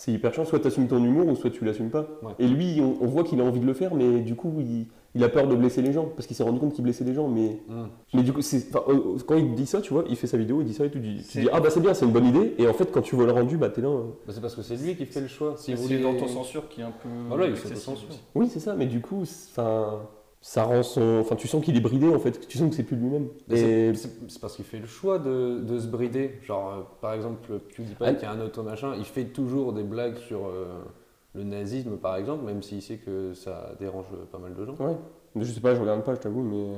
Speaker 2: c'est hyper chiant, soit t'assumes ton humour ou soit tu l'assumes pas.
Speaker 4: Ouais.
Speaker 2: Et lui on, on voit qu'il a envie de le faire mais du coup il, il a peur de blesser les gens parce qu'il s'est rendu compte qu'il blessait les gens mais
Speaker 4: Mhm.
Speaker 2: mais du coup, c'est- enfin, euh, quand il dit ça, tu vois, il fait sa vidéo, il dit ça et tout. Tu, tu
Speaker 1: C'est-
Speaker 2: dis, ah bah c'est bien, c'est une bonne idée. Et en fait, quand tu vois le rendu, bah t'es là. euh,
Speaker 4: Bah, c'est parce que c'est lui qui fait le choix. Si
Speaker 1: C'est Bah
Speaker 4: vous voulez
Speaker 1: l'autocensure qui est un peu.
Speaker 4: Voilà, il
Speaker 1: excessive
Speaker 4: s'autocensure.
Speaker 1: aussi.
Speaker 2: Oui, c'est ça, mais du coup, c'est- enfin, ça rend son. Enfin, tu sens qu'il est bridé en fait, tu sens que c'est plus lui-même.
Speaker 4: Mais
Speaker 2: Et-
Speaker 4: c'est- C'est c'est parce qu'il fait le choix de, de se brider. Genre, euh, par exemple, le PewDiePie
Speaker 2: Ah.
Speaker 4: qui a un auto machin, il fait toujours des blagues sur euh, le nazisme, par exemple, même s'il sait que ça dérange pas mal de gens.
Speaker 2: Ouais. Je sais pas, je regarde pas, je t'avoue, mais.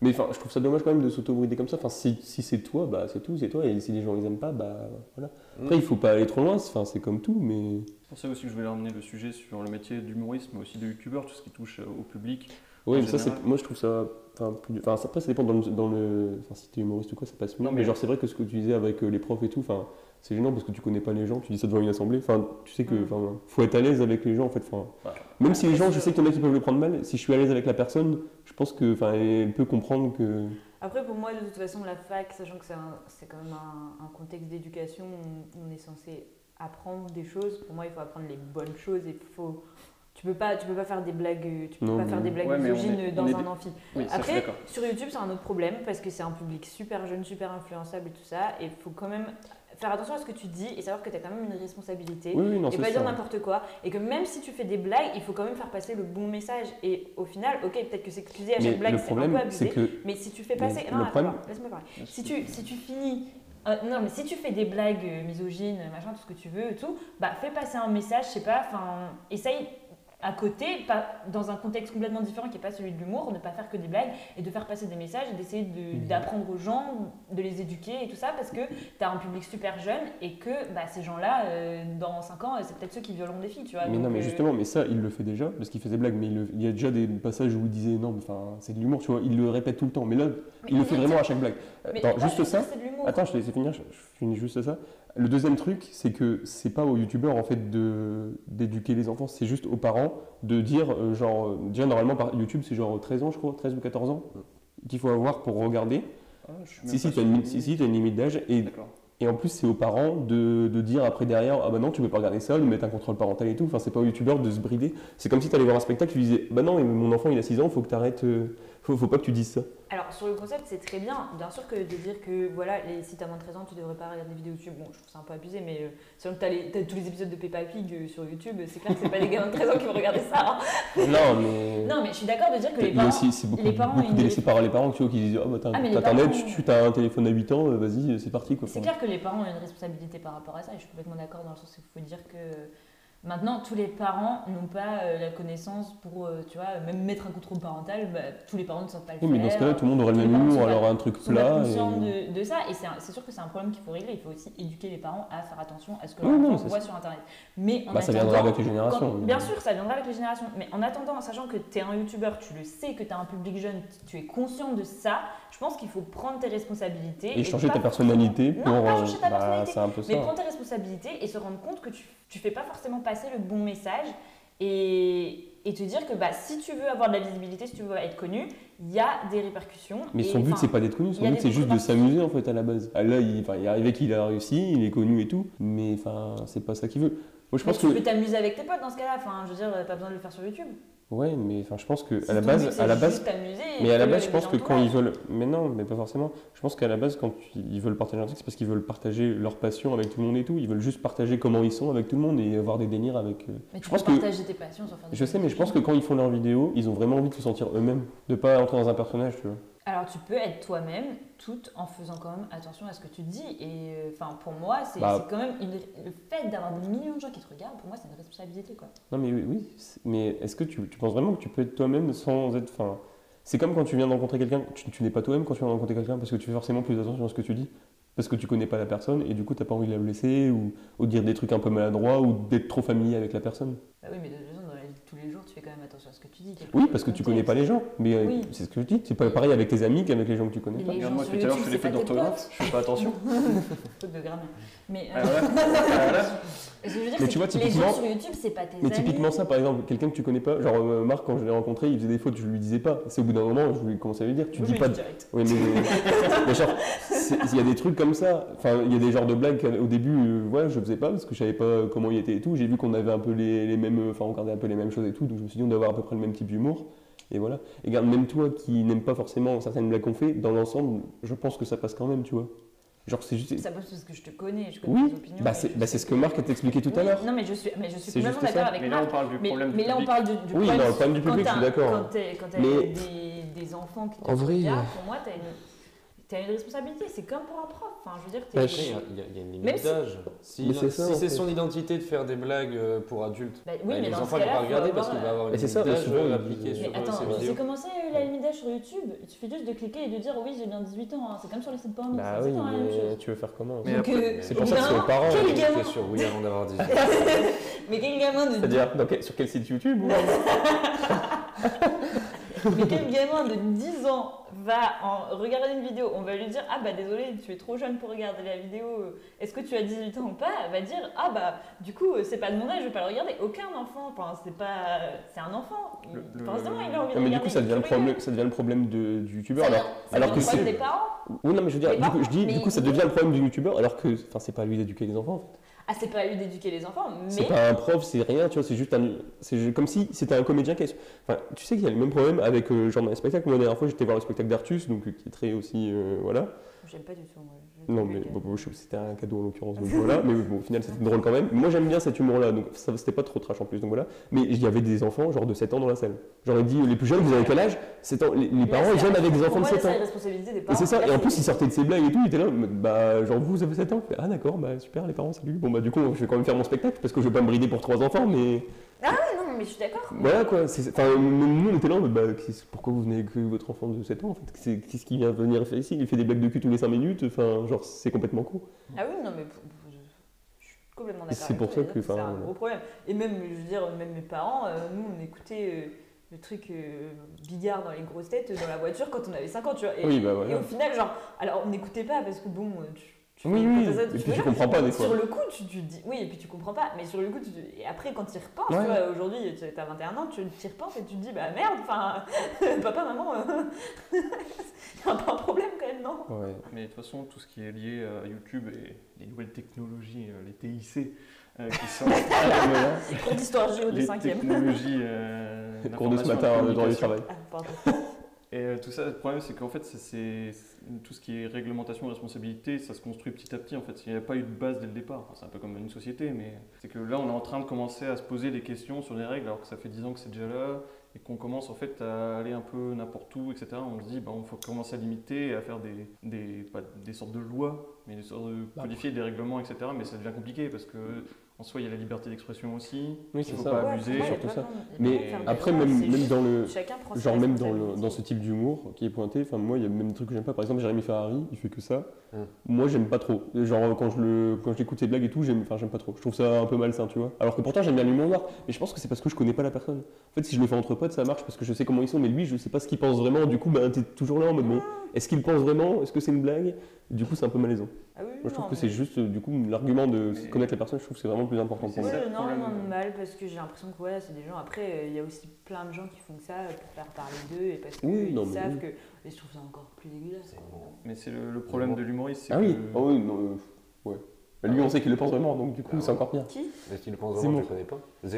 Speaker 2: Mais enfin, je trouve ça dommage quand même de s'auto-brider comme ça. Enfin, si, si c'est toi, bah c'est tout, c'est toi. Et si les gens les aiment pas, bah voilà. Après, il faut pas aller trop loin, c'est enfin, c'est comme tout, mais.
Speaker 1: C'est pour ça aussi que je voulais emmener le sujet sur le métier d'humoriste, mais aussi de youtubeur, tout ce qui touche euh, au public.
Speaker 2: Ouais,
Speaker 1: En
Speaker 2: mais ça, c'est,
Speaker 1: général.
Speaker 2: moi je trouve ça. Enfin, plus- enfin, après, ça dépend dans le. Dans le enfin, si t'es humoriste ou quoi, ça passe mieux.
Speaker 1: Non,
Speaker 2: mais...
Speaker 1: mais-
Speaker 2: genre, c'est vrai que ce que tu disais avec euh, les profs et tout, enfin, c'est gênant parce que tu connais pas les gens, tu dis ça devant une assemblée. Enfin, tu sais que.
Speaker 5: Mhm.
Speaker 2: Enfin, faut être à l'aise avec les gens en fait. Enfin,
Speaker 1: Voilà.
Speaker 2: Même si les gens, je
Speaker 5: Parce
Speaker 2: sais
Speaker 5: que-
Speaker 2: qu'il y en a qui peuvent le prendre mal, si je suis à l'aise avec la personne, je pense que. Enfin, elle peut comprendre que.
Speaker 5: Après, pour moi, de toute façon, la fac, sachant que c'est un- c'est quand même un, un contexte d'éducation, on, on est censé apprendre des choses. Pour moi, il faut apprendre les bonnes choses et il faut. Tu peux pas, tu peux pas faire des blagues, tu peux
Speaker 2: Non,
Speaker 5: pas
Speaker 2: mais-
Speaker 5: faire des blagues
Speaker 1: Ouais, mais on
Speaker 5: misogynes
Speaker 1: est- on
Speaker 5: dans
Speaker 1: est
Speaker 5: un
Speaker 1: des-
Speaker 5: amphi.
Speaker 1: Oui, ça, je suis
Speaker 5: Après,
Speaker 1: d'accord.
Speaker 5: sur YouTube, c'est un autre problème parce que c'est un public super jeune, super influençable et tout ça. Et il faut quand même faire attention à ce que tu dis et savoir que tu as quand même une responsabilité
Speaker 2: Oui, oui, non,
Speaker 5: et
Speaker 2: c'est
Speaker 5: pas dire
Speaker 2: ça.
Speaker 5: n'importe quoi. Et que même si tu fais des blagues, il faut quand même faire passer le bon message. Et au final, ok, peut-être que s'excuser à
Speaker 2: Mais
Speaker 5: chaque blague,
Speaker 2: le
Speaker 5: c'est un peu
Speaker 2: problème,
Speaker 5: abusé.
Speaker 2: c'est que.
Speaker 5: Mais si tu fais passer.
Speaker 2: Mais
Speaker 5: non,
Speaker 2: le
Speaker 5: attends,
Speaker 2: problème-
Speaker 5: laisse-moi parler. Si tu, si tu finis. euh, non, mais si tu fais des blagues euh, misogynes, machin, tout ce que tu veux et tout, bah fais passer un message, je sais pas, enfin, essaye. à côté, pas, dans un contexte complètement différent qui n'est pas celui de l'humour, ne pas faire que des blagues et de faire passer des messages et d'essayer
Speaker 2: Mmh.
Speaker 5: de- d'apprendre aux gens, de les éduquer et tout ça, parce que tu as un public super jeune et que bah, ces gens-là, euh, dans 5 ans, euh, c'est peut-être ceux qui violeront des filles, tu vois.
Speaker 2: Mais non,
Speaker 5: donc,
Speaker 2: mais
Speaker 5: euh,
Speaker 2: justement, mais ça, il le fait déjà, parce qu'il fait des blagues, mais il, le- il y a déjà des passages où il disait non, mais enfin, c'est de l'humour, tu vois, il le répète tout le temps, mais là,
Speaker 5: mais
Speaker 2: il le fait
Speaker 5: dit-
Speaker 2: vraiment à chaque blague. Euh,
Speaker 5: mais
Speaker 2: Attends,
Speaker 5: pas
Speaker 2: juste ça,
Speaker 5: c'est de l'humour.
Speaker 2: Attends, je te laisse finir, je, je finis juste ça. Le deuxième truc, c'est que c'est pas aux youtubeurs en fait de d'éduquer les enfants, c'est juste aux parents de dire euh, genre euh, déjà normalement par YouTube c'est genre 13 ans je crois, 13 ou 14 ans qu'il faut avoir pour regarder.
Speaker 1: Ah, je suis même
Speaker 2: Si si,
Speaker 1: pas
Speaker 2: t'as une,
Speaker 1: sûr.
Speaker 2: limite- si, si, t'as une limite d'âge et,
Speaker 1: D'accord.
Speaker 2: et en plus c'est aux parents de, de dire après derrière ah bah non tu peux pas regarder ça, de mettre un contrôle parental et tout. Enfin c'est pas aux youtubeurs de se brider. C'est comme si t'allais voir un spectacle, tu disais bah non mais mon enfant il a 6 ans, faut que t'arrêtes, euh, faut, faut pas que tu dises ça.
Speaker 5: Alors sur le concept, c'est très bien. Bien sûr que de dire que voilà, les, si t'as moins de 13 ans, tu devrais pas regarder des vidéos YouTube. Bon, je trouve ça un peu abusé, mais euh, selon que t'as, les- t'as tous les épisodes de Peppa Pig euh, sur YouTube, c'est clair que c'est pas les gamins de 13 ans qui vont regarder ça. hein.
Speaker 2: Non mais
Speaker 5: Non, mais je suis d'accord de dire que les
Speaker 2: Il y a
Speaker 5: parents.
Speaker 2: aussi c'est beaucoup,
Speaker 5: les parents,
Speaker 2: beaucoup
Speaker 5: ils-
Speaker 2: délaissé par les parents tu vois, qui disent Ah bah, t'as
Speaker 5: Ah, mais les
Speaker 2: t'as internet,
Speaker 5: parents-
Speaker 2: tu as un téléphone à 8 ans, euh, vas-y, c'est parti. Quoi.
Speaker 5: C'est clair que les parents ont une responsabilité par rapport à ça, et je suis complètement d'accord dans le sens où il faut dire que euh, maintenant tous les parents n'ont pas euh, la connaissance pour, euh, tu vois, même mettre un contrôle parental, bah, tous les parents ne savent pas le
Speaker 2: Oui,
Speaker 5: faire.
Speaker 2: mais dans ce cas-là, tout le monde aurait le
Speaker 5: les
Speaker 2: même
Speaker 5: parents
Speaker 2: humour,
Speaker 5: sont pas-
Speaker 2: alors un truc
Speaker 5: sont pas
Speaker 2: plat. et-
Speaker 5: conscients de, de ça et c'est un- c'est sûr que c'est un problème qu'il faut régler. Il faut aussi éduquer les parents à faire attention à ce que
Speaker 2: Oui,
Speaker 5: leurs
Speaker 2: non,
Speaker 5: enfants
Speaker 2: c'est
Speaker 5: voient sur Internet. Mais en
Speaker 2: Bah, ça viendra
Speaker 5: attendant,
Speaker 2: avec les
Speaker 5: quand-
Speaker 2: générations. mais-
Speaker 5: bien sûr, ça viendra avec les générations. Mais en attendant, en sachant que tu es un youtubeur, tu le sais, que tu as un public jeune, tu es conscient de ça, je pense qu'il faut prendre tes responsabilités.
Speaker 2: Et changer
Speaker 5: pas
Speaker 2: ta personnalité
Speaker 5: Non,
Speaker 2: pour.
Speaker 5: pas
Speaker 2: euh,
Speaker 5: changer ta
Speaker 2: bah,
Speaker 5: personnalité,
Speaker 2: c'est un peu ça.
Speaker 5: mais prends tes responsabilités et se rendre compte que tu, tu fais pas forcément passer le bon message et, et te dire que bah, si tu veux avoir de la visibilité, si tu veux être connu, il y a des répercussions.
Speaker 2: Mais
Speaker 5: et,
Speaker 2: son but,
Speaker 5: enfin,
Speaker 2: c'est pas d'être connu,
Speaker 5: il y
Speaker 2: son
Speaker 5: a
Speaker 2: but,
Speaker 5: des
Speaker 2: c'est juste de
Speaker 5: contreparties.
Speaker 2: s'amuser en fait à la base. Ah, Là, il, enfin, il est arrivé qu'il a réussi, il est connu et tout, mais enfin, c'est pas ça qu'il veut. Moi, je
Speaker 5: mais
Speaker 2: pense
Speaker 5: tu peux
Speaker 2: que.
Speaker 5: t'amuser avec tes potes dans ce cas-là. Enfin, je veux dire, pas besoin de le faire sur YouTube.
Speaker 2: Ouais, mais enfin, je pense que
Speaker 5: Si
Speaker 2: à la
Speaker 5: ton but,
Speaker 2: base,
Speaker 5: c'est
Speaker 2: à la
Speaker 5: juste
Speaker 2: base,
Speaker 5: t'amuser et
Speaker 2: Mais à la
Speaker 5: que
Speaker 2: base, je
Speaker 5: les
Speaker 2: pense
Speaker 5: gens
Speaker 2: que
Speaker 5: te
Speaker 2: quand
Speaker 5: voient.
Speaker 2: ils veulent. Mais non, mais pas forcément. Je pense qu'à la base, quand ils veulent partager un truc, c'est parce qu'ils veulent partager leur passion avec tout le monde et tout. Ils veulent juste partager comment ils sont avec tout le monde et avoir des délires avec. euh,
Speaker 5: Mais
Speaker 2: je
Speaker 5: tu
Speaker 2: pense
Speaker 5: peux
Speaker 2: que.
Speaker 5: partager tes passions sans faire de
Speaker 2: Je sais, mais je pense que quand ils font leurs vidéos, ils ont vraiment envie de se sentir eux-mêmes, de pas entrer dans un personnage, tu vois.
Speaker 5: Alors tu peux être toi-même tout en faisant quand même attention à ce que tu dis. Et euh, enfin pour moi, c'est
Speaker 2: Bah.
Speaker 5: c'est quand même une- le fait d'avoir des millions de gens qui te regardent, pour moi c'est une responsabilité quoi.
Speaker 2: Non, mais oui, oui, c'est- mais est-ce que tu, tu penses vraiment que tu peux être toi-même sans être. Enfin, c'est comme quand tu viens de rencontrer quelqu'un, tu, tu n'es pas toi-même quand tu viens de rencontrer quelqu'un parce que tu fais forcément plus attention à ce que tu dis, parce que tu connais pas la personne et du coup, t'as pas envie de la blesser ou, ou de dire des trucs un peu maladroits ou d'être trop familier avec la personne.
Speaker 5: Bah oui, mais de toute façon, dans la vie de tous les jours, tu fais quand même attention à ce que tu dis. quel
Speaker 2: Oui,
Speaker 5: que
Speaker 2: parce que
Speaker 5: soit
Speaker 2: tu
Speaker 5: ton
Speaker 2: connais pas les
Speaker 5: contexte.
Speaker 2: gens, mais euh,
Speaker 5: Oui.
Speaker 2: c'est ce que je dis, c'est pas pareil avec tes amis qu'avec les gens que tu connais
Speaker 5: Mais
Speaker 2: pas.
Speaker 5: les gens
Speaker 1: Regarde-moi,
Speaker 5: sur
Speaker 1: depuis tout à l'heure, je
Speaker 5: YouTube,
Speaker 1: fais des
Speaker 5: c'est
Speaker 1: fautes
Speaker 5: pas tes
Speaker 1: d'orthographe, je fais pas attention.
Speaker 5: Faute de grammaire. Mais,
Speaker 1: Ah,
Speaker 5: euh,
Speaker 1: voilà. Ah, voilà.
Speaker 5: ce que je veux dire,
Speaker 2: Mais
Speaker 5: c'est
Speaker 2: tu vois,
Speaker 5: que les
Speaker 2: typiquement-
Speaker 5: gens sur YouTube, c'est pas tes
Speaker 2: Mais
Speaker 5: amis.
Speaker 2: typiquement ça, par exemple, quelqu'un que tu connais pas, genre euh, Marc, quand je l'ai rencontré, il faisait des fautes, je lui disais pas. C'est au bout d'un moment, je lui commençais à lui dire, tu
Speaker 5: Oui,
Speaker 2: dis
Speaker 5: mais
Speaker 2: pas.
Speaker 5: je
Speaker 2: de-
Speaker 5: dirais.
Speaker 2: Oui, mais, euh, mais genre, c'est- il y a des trucs comme ça. Enfin, il y a des genres de blagues qu'au début, euh, ouais, je faisais pas parce que je savais pas comment il était et tout. J'ai vu qu'on avait un peu les, les mêmes, enfin, on regardait un peu les mêmes choses et tout. Donc je me suis dit, on doit avoir à peu près le même type d'humour. Et voilà. Et regarde, même toi qui n'aime pas forcément certaines blagues qu'on fait, dans l'ensemble, je pense que ça passe quand même, tu vois. Genre, c'est juste.
Speaker 5: Ça passe parce que je te connais, je connais
Speaker 2: Oui,
Speaker 5: tes opinions.
Speaker 2: bah
Speaker 5: et
Speaker 2: c'est
Speaker 5: je
Speaker 2: bah,
Speaker 5: sais
Speaker 2: c'est ce que Marc a expliqué tout à
Speaker 5: Oui,
Speaker 2: l'heure.
Speaker 5: Non, mais je suis, mais je suis
Speaker 2: C'est
Speaker 5: complètement
Speaker 2: juste
Speaker 5: d'accord
Speaker 2: ça.
Speaker 5: avec
Speaker 1: Mais là,
Speaker 5: Marc.
Speaker 1: on parle du
Speaker 5: mais,
Speaker 1: problème
Speaker 5: mais
Speaker 1: du
Speaker 5: là, on
Speaker 1: public.
Speaker 5: parle du, du
Speaker 2: Oui,
Speaker 5: problème
Speaker 2: dans le problème du
Speaker 5: quand
Speaker 2: public, je
Speaker 5: t'as-
Speaker 2: suis d'accord.
Speaker 5: Quand t'es- quand t'as
Speaker 2: Mais- euh,
Speaker 5: des, des enfants qui te
Speaker 4: En vrai,
Speaker 5: regardent, pour moi, t'as une, t'as une responsabilité. C'est comme pour un prof. Enfin, je veux dire, t'es-
Speaker 2: Bah,
Speaker 4: Après, il y a- il y, a- il y a une
Speaker 5: Même
Speaker 4: limite
Speaker 5: si-
Speaker 4: d'âge. Si,
Speaker 2: Mais c'est ça,
Speaker 4: si
Speaker 2: en
Speaker 4: c'est
Speaker 2: fait.
Speaker 4: son identité de faire des blagues euh, pour adultes,
Speaker 5: Bah oui,
Speaker 4: bah,
Speaker 5: mais
Speaker 4: les
Speaker 5: dans ce
Speaker 4: enfants ils vont
Speaker 5: cas-là,
Speaker 4: pas
Speaker 5: faut
Speaker 4: regarder parce
Speaker 5: avoir,
Speaker 4: qu'il va
Speaker 5: euh,
Speaker 4: avoir une
Speaker 2: Mais c'est
Speaker 4: limite
Speaker 2: ça,
Speaker 4: d'âge
Speaker 2: souvent,
Speaker 4: euh,
Speaker 2: il-
Speaker 4: appliquée
Speaker 2: Mais
Speaker 4: sur
Speaker 5: Mais
Speaker 4: euh, ces
Speaker 5: attends,
Speaker 4: vidéos.
Speaker 5: c'est comment c'est euh, la limite d'âge sur YouTube Tu fais juste de cliquer et de dire oui, j'ai bien 18 ans. hein. C'est comme sur les sites porno,
Speaker 2: Bah
Speaker 5: c'est
Speaker 2: oui,
Speaker 5: exactement la même
Speaker 2: mais
Speaker 5: chose.
Speaker 2: tu veux faire comment
Speaker 1: Mais
Speaker 5: Donc,
Speaker 1: après-
Speaker 5: euh,
Speaker 2: C'est pour ça que c'est aux
Speaker 5: évidemment,
Speaker 2: parents.
Speaker 5: Quel
Speaker 4: J'étais
Speaker 5: gamin
Speaker 4: Oh, sur oui avant d'avoir 18 ans.
Speaker 5: Mais quel gamin de
Speaker 2: C'est-à-dire, dans quel- sur quel site YouTube ou-
Speaker 5: Mais quel gamin de 10 ans va en regarder une vidéo On va lui dire Ah bah désolé, tu es trop jeune pour regarder la vidéo, est-ce que tu as 18 ans ou pas Elle va dire Ah bah du coup, euh, c'est pas de mon âge, je vais pas le regarder. Aucun enfant, enfin, c'est pas. C'est un enfant.
Speaker 1: Le- le-
Speaker 5: Forcément, il a envie
Speaker 2: Non, Ah,
Speaker 5: de
Speaker 2: mais du
Speaker 5: regarder.
Speaker 2: coup, ça devient, le problème, ça devient le problème de- du youtubeur. Alors, alors que
Speaker 5: c'est.
Speaker 2: c'est.
Speaker 5: des parents
Speaker 2: Oui, non, mais je veux dire,
Speaker 5: Mais
Speaker 2: du
Speaker 5: par
Speaker 2: coup, je dis,
Speaker 5: contre,
Speaker 2: du coup, ça
Speaker 5: mais-
Speaker 2: devient le problème du youtubeur, alors que enfin, c'est pas à lui d'éduquer les enfants. en fait.
Speaker 5: Ah, c'est pas à lui d'éduquer les enfants,
Speaker 2: C'est
Speaker 5: mais.
Speaker 2: pas un prof, c'est rien, tu vois, c'est juste un. C'est ju- comme si c'était un comédien qui. Enfin, tu sais qu'il y a le même problème avec euh, genre dans les spectacles. Moi, la dernière fois, j'étais voir le spectacle d'Artus, donc euh, qui est très aussi. euh, voilà.
Speaker 5: J'aime pas du tout. moi, je euh, trouve
Speaker 2: Non, mais
Speaker 5: que-
Speaker 2: bon, bon, je- c'était un cadeau en l'occurrence, donc voilà. Mais bon, au final, c'était drôle quand même. Moi, j'aime bien cet humour-là, donc ça, c'était pas trop trash en plus, donc voilà. Mais il y avait des enfants, genre de 7 ans dans la salle. J'aurais dit, les plus jeunes, vous avez quel âge 7 ans. Les, les parents, ils viennent avec des enfants
Speaker 5: Pour
Speaker 2: de
Speaker 5: moi,
Speaker 2: 7
Speaker 5: c'est
Speaker 2: ans.
Speaker 5: la responsabilité des
Speaker 2: Et
Speaker 5: parents.
Speaker 2: c'est ça,
Speaker 5: Là,
Speaker 2: et en plus
Speaker 5: c'est-
Speaker 2: il sortait de ses blagues et tout, il était là, en mode, bah genre vous avez 7 ans Je fais, Ah d'accord, bah super les parents, salut. Bon bah du coup je vais quand même faire mon spectacle parce que je vais pas me brider pour trois enfants, mais...
Speaker 5: Ah non, mais je suis d'accord.
Speaker 2: Voilà quoi, c'est- enfin, nous on était là en mode bah, qu'est-ce- pourquoi vous venez avec votre enfant de 7 ans en fait C'est- Qu'est-ce qu'il vient venir faire ici Il fait des blagues de cul tous les 5 minutes, enfin genre c'est complètement con.
Speaker 5: Ah oui, non, mais p- p- je suis complètement d'accord.
Speaker 2: C'est
Speaker 5: avec
Speaker 2: pour
Speaker 5: toi,
Speaker 2: ça
Speaker 5: c'est-à-dire
Speaker 2: que,
Speaker 5: c'est
Speaker 2: enfin,
Speaker 5: un gros problème. Et même, je veux dire, même mes parents, euh, nous, on écoutait euh, le truc euh, Bigard dans les grosses têtes euh, dans la voiture quand on avait 5 ans, tu vois. Et,
Speaker 2: Oui, bah,
Speaker 5: et
Speaker 2: voilà.
Speaker 5: au final, genre, alors on n'écoutait pas parce que bon, euh, tu, tu
Speaker 2: Oui,
Speaker 5: fais
Speaker 2: oui,
Speaker 5: pas ça,
Speaker 2: et
Speaker 5: tu
Speaker 2: puis
Speaker 5: fais
Speaker 2: tu
Speaker 5: ça.
Speaker 2: comprends pas des fois.
Speaker 5: Sur le coup, tu, tu te dis oui, et puis tu comprends pas, mais sur le coup, tu te- et après, quand tu y repenses,
Speaker 2: Ouais.
Speaker 5: tu vois, aujourd'hui, tu as 21 ans, tu tu y repenses et tu te dis bah merde, enfin, papa, maman, il y a pas un problème quand même, non
Speaker 2: Ouais.
Speaker 1: Mais de toute façon, tout ce qui est lié à YouTube et les nouvelles technologies, euh, les TIC, euh, qui sont
Speaker 2: voilà.
Speaker 5: Cours d'histoire géo de
Speaker 1: les
Speaker 5: 5ème.
Speaker 1: technologies euh,
Speaker 2: Cours de ce
Speaker 1: d'information et
Speaker 2: matin euh, dans le
Speaker 1: communication.
Speaker 2: travail.
Speaker 5: Ah, pardon.
Speaker 1: Et euh, tout ça, le problème, c'est qu'en fait, c'est- c'est c'est- tout ce qui est réglementation, responsabilité, ça se construit petit à petit. En fait, il n'y a pas eu de base dès le départ. Enfin, c'est un peu comme une société, mais c'est que là, on est en train de commencer à se poser des questions sur les règles, alors que ça fait 10 ans que c'est déjà là et qu'on commence en fait à aller un peu n'importe où, etc. On se dit, bah, on faut commencer à limiter, à faire des, des, pas des sortes de lois, mais des sortes de
Speaker 2: Bah,
Speaker 1: codifier des règlements, etc. Mais ça devient compliqué parce que en soi, il y a la liberté d'expression aussi.
Speaker 2: Oui,
Speaker 1: Il
Speaker 2: c'est
Speaker 1: faut
Speaker 2: ça.
Speaker 1: pas
Speaker 5: Ouais,
Speaker 1: abuser.
Speaker 5: pour moi,
Speaker 2: surtout
Speaker 5: il y a
Speaker 2: ça.
Speaker 5: pas besoin- il y a
Speaker 2: Mais
Speaker 5: pas besoin de faire des
Speaker 2: après
Speaker 5: lois,
Speaker 2: même,
Speaker 5: c'est
Speaker 2: même
Speaker 5: juste
Speaker 2: dans le
Speaker 5: Chacun prend ses
Speaker 2: genre même dans, le-
Speaker 5: responsabilités.
Speaker 2: dans ce type d'humour qui est pointé, enfin moi il y a même des trucs que j'aime pas. Par exemple Jérémy Ferrari, il fait que ça.
Speaker 4: Hum.
Speaker 2: Moi j'aime pas trop. Genre quand je le quand j'écoute ses blagues et tout, j'aime enfin j'aime pas trop. Je trouve ça un peu malsain, tu vois. Alors que pourtant j'aime bien l'humour noir, mais je pense que c'est parce que je connais pas la personne. En fait si je le fais entre potes, ça marche parce que je sais comment ils sont, mais lui je sais pas ce qu'il pense vraiment. Du coup bah t'es toujours là en mode bon, est-ce qu'il pense vraiment Est-ce que c'est une blague Du coup c'est un peu malaisant.
Speaker 5: Ah oui, oui,
Speaker 2: Moi je trouve
Speaker 5: non,
Speaker 2: que c'est
Speaker 5: mais-
Speaker 2: juste euh, du coup l'argument de
Speaker 1: Mais-
Speaker 2: connaître la personne, je trouve que c'est vraiment le plus important
Speaker 1: Mais
Speaker 2: pour
Speaker 1: c'est
Speaker 2: moi.
Speaker 1: ça,
Speaker 5: Ouais,
Speaker 1: le
Speaker 5: non,
Speaker 1: problème.
Speaker 5: non, mal parce que j'ai l'impression que ouais, c'est des gens. Après, euh, il y a aussi plein de gens qui font que ça euh, pour faire parler d'eux et parce qu'ils
Speaker 2: Oui, non, mais
Speaker 5: savent
Speaker 2: oui.
Speaker 5: que. Et je trouve ça encore plus dégueulasse. quoi.
Speaker 1: Mais c'est le, le problème de l'humoriste, c'est
Speaker 2: Ah oui,
Speaker 1: que- Ah
Speaker 2: ah oui, non, euh, ouais. Bah, lui on sait qu'il le pense vraiment, donc du coup
Speaker 4: Ah
Speaker 2: c'est
Speaker 4: ouais.
Speaker 2: encore pire.
Speaker 5: Qui
Speaker 4: Est-ce qu'il le pense
Speaker 2: Zemmour.
Speaker 4: vraiment Je le connais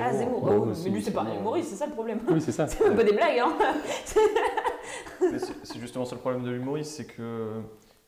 Speaker 4: pas.
Speaker 5: Ah, Zemmour.
Speaker 4: Bah
Speaker 5: Oh,
Speaker 4: oui,
Speaker 5: mais lui, c'est pas un
Speaker 4: Zemmour.
Speaker 5: humoriste, c'est ça le problème.
Speaker 2: Oui c'est ça.
Speaker 5: C'est même pas des blagues, hein.
Speaker 1: Mais C'est c'est justement ça le problème de l'humoriste, c'est que euh,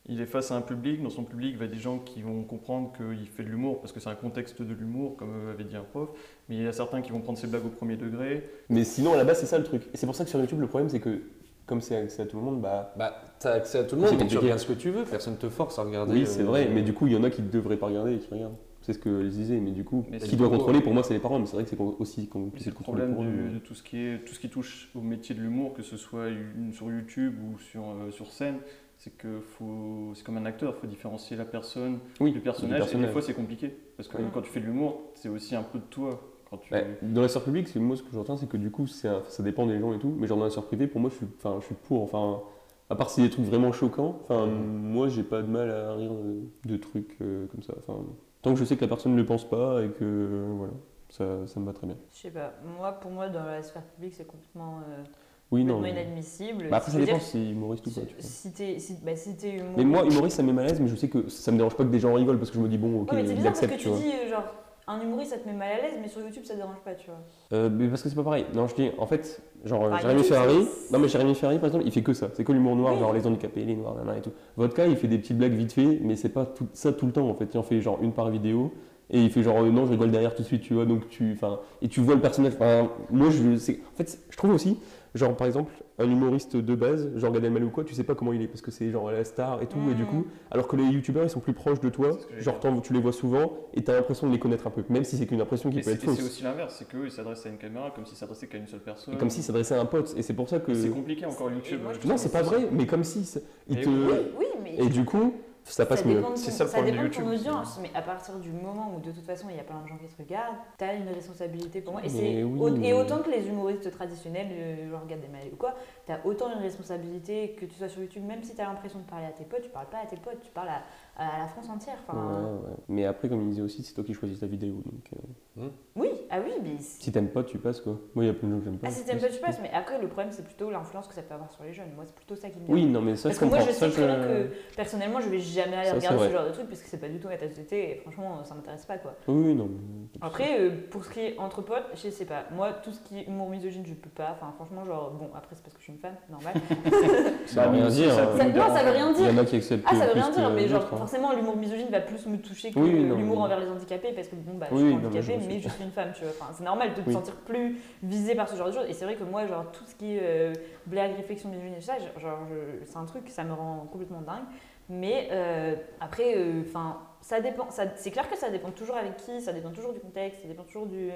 Speaker 1: il est face à un public, dans son public, il va y a des gens qui vont comprendre qu'il fait de l'humour, parce que c'est un contexte de l'humour, comme euh, avait dit un prof, mais il y a certains qui vont prendre ses blagues au premier degré.
Speaker 2: Mais sinon, à la base, c'est ça le truc. Et c'est pour ça que sur YouTube, le problème, c'est que comme c'est accès à tout le monde, bah.
Speaker 4: Bah, t'as accès à tout le
Speaker 2: C'est
Speaker 4: monde, donc tu
Speaker 2: compliqué.
Speaker 4: regardes ce que tu veux, personne te force à regarder.
Speaker 2: Oui, c'est
Speaker 4: euh,
Speaker 2: vrai, mais du coup, il y en a qui ne devraient pas regarder et qui regardent. C'est ce que je disais, mais du coup,
Speaker 1: Mais
Speaker 2: qui
Speaker 1: c'est
Speaker 2: doit
Speaker 4: beau,
Speaker 2: contrôler,
Speaker 4: ouais.
Speaker 2: pour moi, c'est les parents, mais c'est vrai que c'est con- aussi compliqué
Speaker 1: C'est
Speaker 2: de
Speaker 1: le
Speaker 2: contrôler
Speaker 1: problème
Speaker 2: pour
Speaker 1: du-
Speaker 2: eux. hein.
Speaker 1: de tout ce, qui est, tout ce qui touche au métier de l'humour, que ce soit une- sur YouTube ou sur, euh, sur scène, c'est que faut- c'est comme un acteur, il faut différencier la personne
Speaker 2: Oui,
Speaker 1: du personnage,
Speaker 2: du
Speaker 1: et
Speaker 2: personnage.
Speaker 1: des fois c'est compliqué, parce que
Speaker 5: Oui.
Speaker 1: quand tu fais de l'humour, c'est aussi un peu de toi. Quand tu...
Speaker 2: Ouais, Dans la sphère publique, c'est- moi, ce que j'entends, c'est que du coup, c'est un- ça dépend des gens et tout, mais genre dans la sphère privée, pour moi, je suis, enfin, je suis pour. Enfin, à part si des trucs vraiment choquants, enfin, moi, j'ai pas de mal à rire euh, de trucs euh, comme ça. Enfin, tant que je sais que la personne ne le pense pas et que. euh, voilà, ça, ça me va très bien.
Speaker 5: Je sais pas. Moi, pour moi, dans la sphère publique, c'est complètement, euh,
Speaker 2: Oui, non.
Speaker 5: complètement
Speaker 2: mais-
Speaker 5: inadmissible.
Speaker 2: Bah après, ça
Speaker 5: Je veux
Speaker 2: dépend
Speaker 5: dire,
Speaker 2: si humoriste ou pas. tu vois.
Speaker 5: Si t'es si, bah, si t'es humoriste.
Speaker 2: Mais moi, humoriste, ça me met mal à l'aise, mais je sais que ça me dérange pas que des gens rigolent parce que je me dis, bon, ok,
Speaker 5: Ouais, mais c'est
Speaker 2: ils
Speaker 5: bizarre parce que
Speaker 2: acceptent, tu
Speaker 5: tu
Speaker 2: vois.
Speaker 5: dis, euh, genre, un humoriste, ça te met mal à l'aise, mais sur YouTube, ça te dérange pas, tu vois.
Speaker 2: Euh, mais parce que c'est pas pareil. Non, je dis, en fait, genre, euh,
Speaker 5: Par
Speaker 2: Jérémy
Speaker 5: exemple,
Speaker 2: Ferrari,
Speaker 5: Ah, c'est-
Speaker 2: non, mais Jérémy Ferrari, par exemple, il fait que ça. C'est que l'humour noir,
Speaker 5: Oui.
Speaker 2: genre les handicapés, les noirs, nanana et tout. Vodka, il fait des petites blagues vite fait, mais c'est pas tout, ça tout le temps, en fait. Il en fait genre une par vidéo. Et il fait genre euh, non je rigole derrière tout de suite tu vois donc tu enfin et tu vois le personnage enfin moi je c'est en fait je trouve aussi genre par exemple un humoriste de base genre Gad Elmaleh ou quoi tu sais pas comment il est parce que c'est genre la star et tout et du
Speaker 5: Mm.
Speaker 2: coup alors que les youtubeurs ils sont plus proches de toi
Speaker 1: C'est ce que j'allais
Speaker 2: genre t'en- tu les vois souvent et t'as l'impression de les connaître un peu même si c'est qu'une impression qui
Speaker 1: Mais
Speaker 2: peut
Speaker 1: c'est
Speaker 2: être
Speaker 1: et c'est
Speaker 2: fausse
Speaker 1: aussi l'inverse, c'est qu'eux ils s'adressent à une caméra comme s'ils s'adressaient qu'à une seule personne.
Speaker 2: et comme s'il s'adressait à un pote. Et c'est pour ça que.
Speaker 1: C'est compliqué encore
Speaker 5: Et
Speaker 1: YouTube.
Speaker 5: moi,
Speaker 1: euh,
Speaker 5: je
Speaker 2: Mmh. Non, c'est pas vrai, mais comme si. c'est- il
Speaker 1: Et
Speaker 2: te-
Speaker 1: oui.
Speaker 5: Oui, mais.
Speaker 2: Et du coup, ça passe mieux.
Speaker 5: dépend de ton-
Speaker 1: C'est ça le
Speaker 5: ça
Speaker 1: problème de
Speaker 5: dépend de ton
Speaker 1: YouTube.
Speaker 5: audience, mais à partir du moment où de toute façon il y a plein de gens qui te regardent, t'as une responsabilité pour moi. Et,
Speaker 2: Mais
Speaker 5: c'est
Speaker 2: oui,
Speaker 5: au-
Speaker 2: mais-
Speaker 5: et autant que les humoristes traditionnels, euh, genre Gad Elmaleh ou quoi, t'as autant une responsabilité que tu sois sur YouTube, même si t'as l'impression de parler à tes potes, tu parles pas à tes potes, tu parles à, à la France entière.
Speaker 2: Ouais,
Speaker 5: Enfin,
Speaker 2: ouais. Mais après, comme il disait aussi, c'est toi qui choisis ta vidéo. Donc, euh,
Speaker 5: oui, ah oui, mais c'est-
Speaker 2: si t'aimes pas, tu passes quoi. Moi, il y a plein de gens que j'aime pas.
Speaker 5: ah, si t'aimes pas, tu passes. Mais après, le problème, c'est plutôt l'influence que ça peut avoir sur les jeunes. Moi, c'est plutôt ça qui me dérange.
Speaker 2: Oui, non, mais ça,
Speaker 5: Parce
Speaker 2: je
Speaker 5: que moi,
Speaker 2: comprends.
Speaker 5: je
Speaker 2: Ça,
Speaker 5: sais très bien
Speaker 2: je-
Speaker 5: que personnellement, je vais jamais aller
Speaker 2: Ça, c'est
Speaker 5: regarder
Speaker 2: vrai.
Speaker 5: ce genre de truc parce que c'est pas du tout ma tasse de thé et franchement, ça m'intéresse pas quoi.
Speaker 2: Oui, oui, non. mais-
Speaker 5: Après, euh, pour ce qui est entre potes, je sais pas. Moi, tout ce qui est humour misogyne, je peux pas. Enfin, franchement, genre, bon, après, c'est parce que je suis une femme, normal.
Speaker 2: Ça veut
Speaker 1: Bah,
Speaker 2: rien
Speaker 1: mais
Speaker 2: dire.
Speaker 1: ça
Speaker 2: hein.
Speaker 1: peut
Speaker 5: Ça-
Speaker 1: nous
Speaker 5: non, ça
Speaker 1: déranger.
Speaker 5: veut rien
Speaker 2: Il y
Speaker 5: dire.
Speaker 2: en a qui acceptent.
Speaker 5: Ah, ça veut
Speaker 2: plus
Speaker 5: rien
Speaker 2: que
Speaker 5: dire, mais
Speaker 2: d'autres,
Speaker 5: genre,
Speaker 2: hein.
Speaker 5: forcément, l'humour misogyne va plus me toucher que
Speaker 2: Oui,
Speaker 5: euh,
Speaker 2: non,
Speaker 5: l'humour
Speaker 2: mais-
Speaker 5: envers les handicapés parce que, bon, bah, je
Speaker 2: Oui,
Speaker 5: suis
Speaker 2: non, mais je
Speaker 5: handicapée,
Speaker 2: me suis-
Speaker 5: mais je suis une femme, tu vois. Enfin, c'est normal de te
Speaker 2: Oui.
Speaker 5: sentir plus visée par ce genre de choses. Et c'est vrai que moi, genre, tout ce qui est euh, blague, réflexion misogyne et tout ça, genre, je- c'est un truc, ça me rend complètement dingue. Mais euh, après, enfin, ça dépend. ça- c'est clair que ça dépend toujours avec qui, ça dépend toujours du contexte, ça dépend toujours du,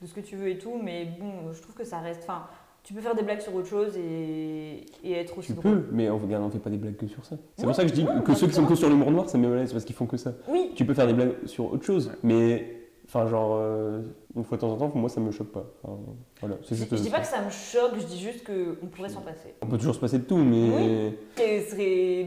Speaker 5: de ce que tu veux et tout. Mais bon, je trouve que ça reste. Enfin, tu peux faire des blagues sur autre chose et, et être aussi
Speaker 2: Tu
Speaker 5: drôle.
Speaker 2: peux, mais on regarde, on fait pas des blagues que sur ça. C'est
Speaker 5: Non,
Speaker 2: pour ça que je dis
Speaker 5: non,
Speaker 2: que ceux qui sont
Speaker 5: justement.
Speaker 2: que sur l'humour noir, ça me met mal à l'aise parce qu'ils font que ça.
Speaker 5: Oui,
Speaker 2: Tu peux faire des blagues sur autre chose, mais enfin genre euh, une fois de temps en temps, moi ça me choque pas. Enfin, voilà, c'est
Speaker 5: je,
Speaker 2: juste. euh,
Speaker 5: je dis pas
Speaker 2: ça.
Speaker 5: que ça me choque, je dis juste qu'on
Speaker 1: Mm.
Speaker 5: pourrait s'en passer.
Speaker 2: On peut toujours se passer de tout, mais
Speaker 5: Et ce serait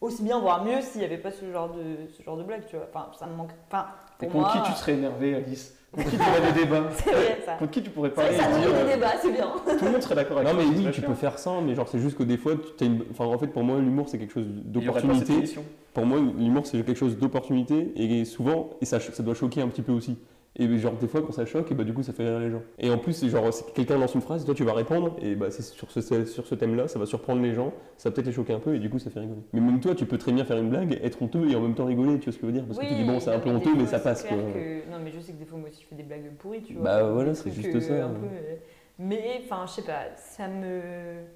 Speaker 5: aussi bien, voire mieux, s'il n'y avait pas ce genre de, ce genre de blague, tu vois. Enfin, ça me manque. Enfin,
Speaker 1: Et
Speaker 5: pour
Speaker 1: contre
Speaker 5: moi.
Speaker 1: qui tu serais énervé, Alice Contre qui tu aurais des débats
Speaker 5: C'est vrai, ça.
Speaker 1: Contre qui tu pourrais
Speaker 5: C'est vrai
Speaker 1: parler
Speaker 5: que
Speaker 1: et
Speaker 5: ça nourrit
Speaker 1: dire,
Speaker 5: des
Speaker 1: euh,
Speaker 5: débats, c'est bien.
Speaker 1: Tout le monde serait d'accord avec
Speaker 2: non mais
Speaker 1: toi,
Speaker 2: oui,
Speaker 1: c'est
Speaker 2: tu
Speaker 1: sûr.
Speaker 2: peux faire ça, mais genre c'est juste que des fois, tu as une... enfin en fait pour moi l'humour c'est quelque chose
Speaker 1: Il y aurait pas cette
Speaker 2: d'opportunité.
Speaker 1: émission.
Speaker 2: Pour moi, l'humour, c'est quelque chose d'opportunité et souvent, et ça, ça doit choquer un petit peu aussi. Et genre, des fois, quand ça choque, et bah, du coup, ça fait rire les gens. Et en plus, c'est genre, si quelqu'un lance une phrase, toi, tu vas répondre, et bah, c'est sur ce, c'est sur ce thème-là, ça va surprendre les gens, ça va peut-être les choquer un peu, et du coup, ça fait rigoler. Mais même toi, tu peux très bien faire une blague, être honteux et en même temps rigoler, tu vois ce que je veux dire Parce que tu dis, bon, c'est un peu
Speaker 5: non, des
Speaker 2: honteux, mais ça
Speaker 5: fois,
Speaker 2: passe,
Speaker 5: c'est
Speaker 2: quoi.
Speaker 5: clair que- Non, mais je sais que des fois, moi aussi, je fais des blagues pourries, tu vois.
Speaker 2: Bah, voilà,
Speaker 5: Des
Speaker 2: c'est
Speaker 5: trucs,
Speaker 2: juste ça, hein.
Speaker 5: un
Speaker 2: ouais.
Speaker 5: peu, euh, Mais, enfin, je sais pas, ça me.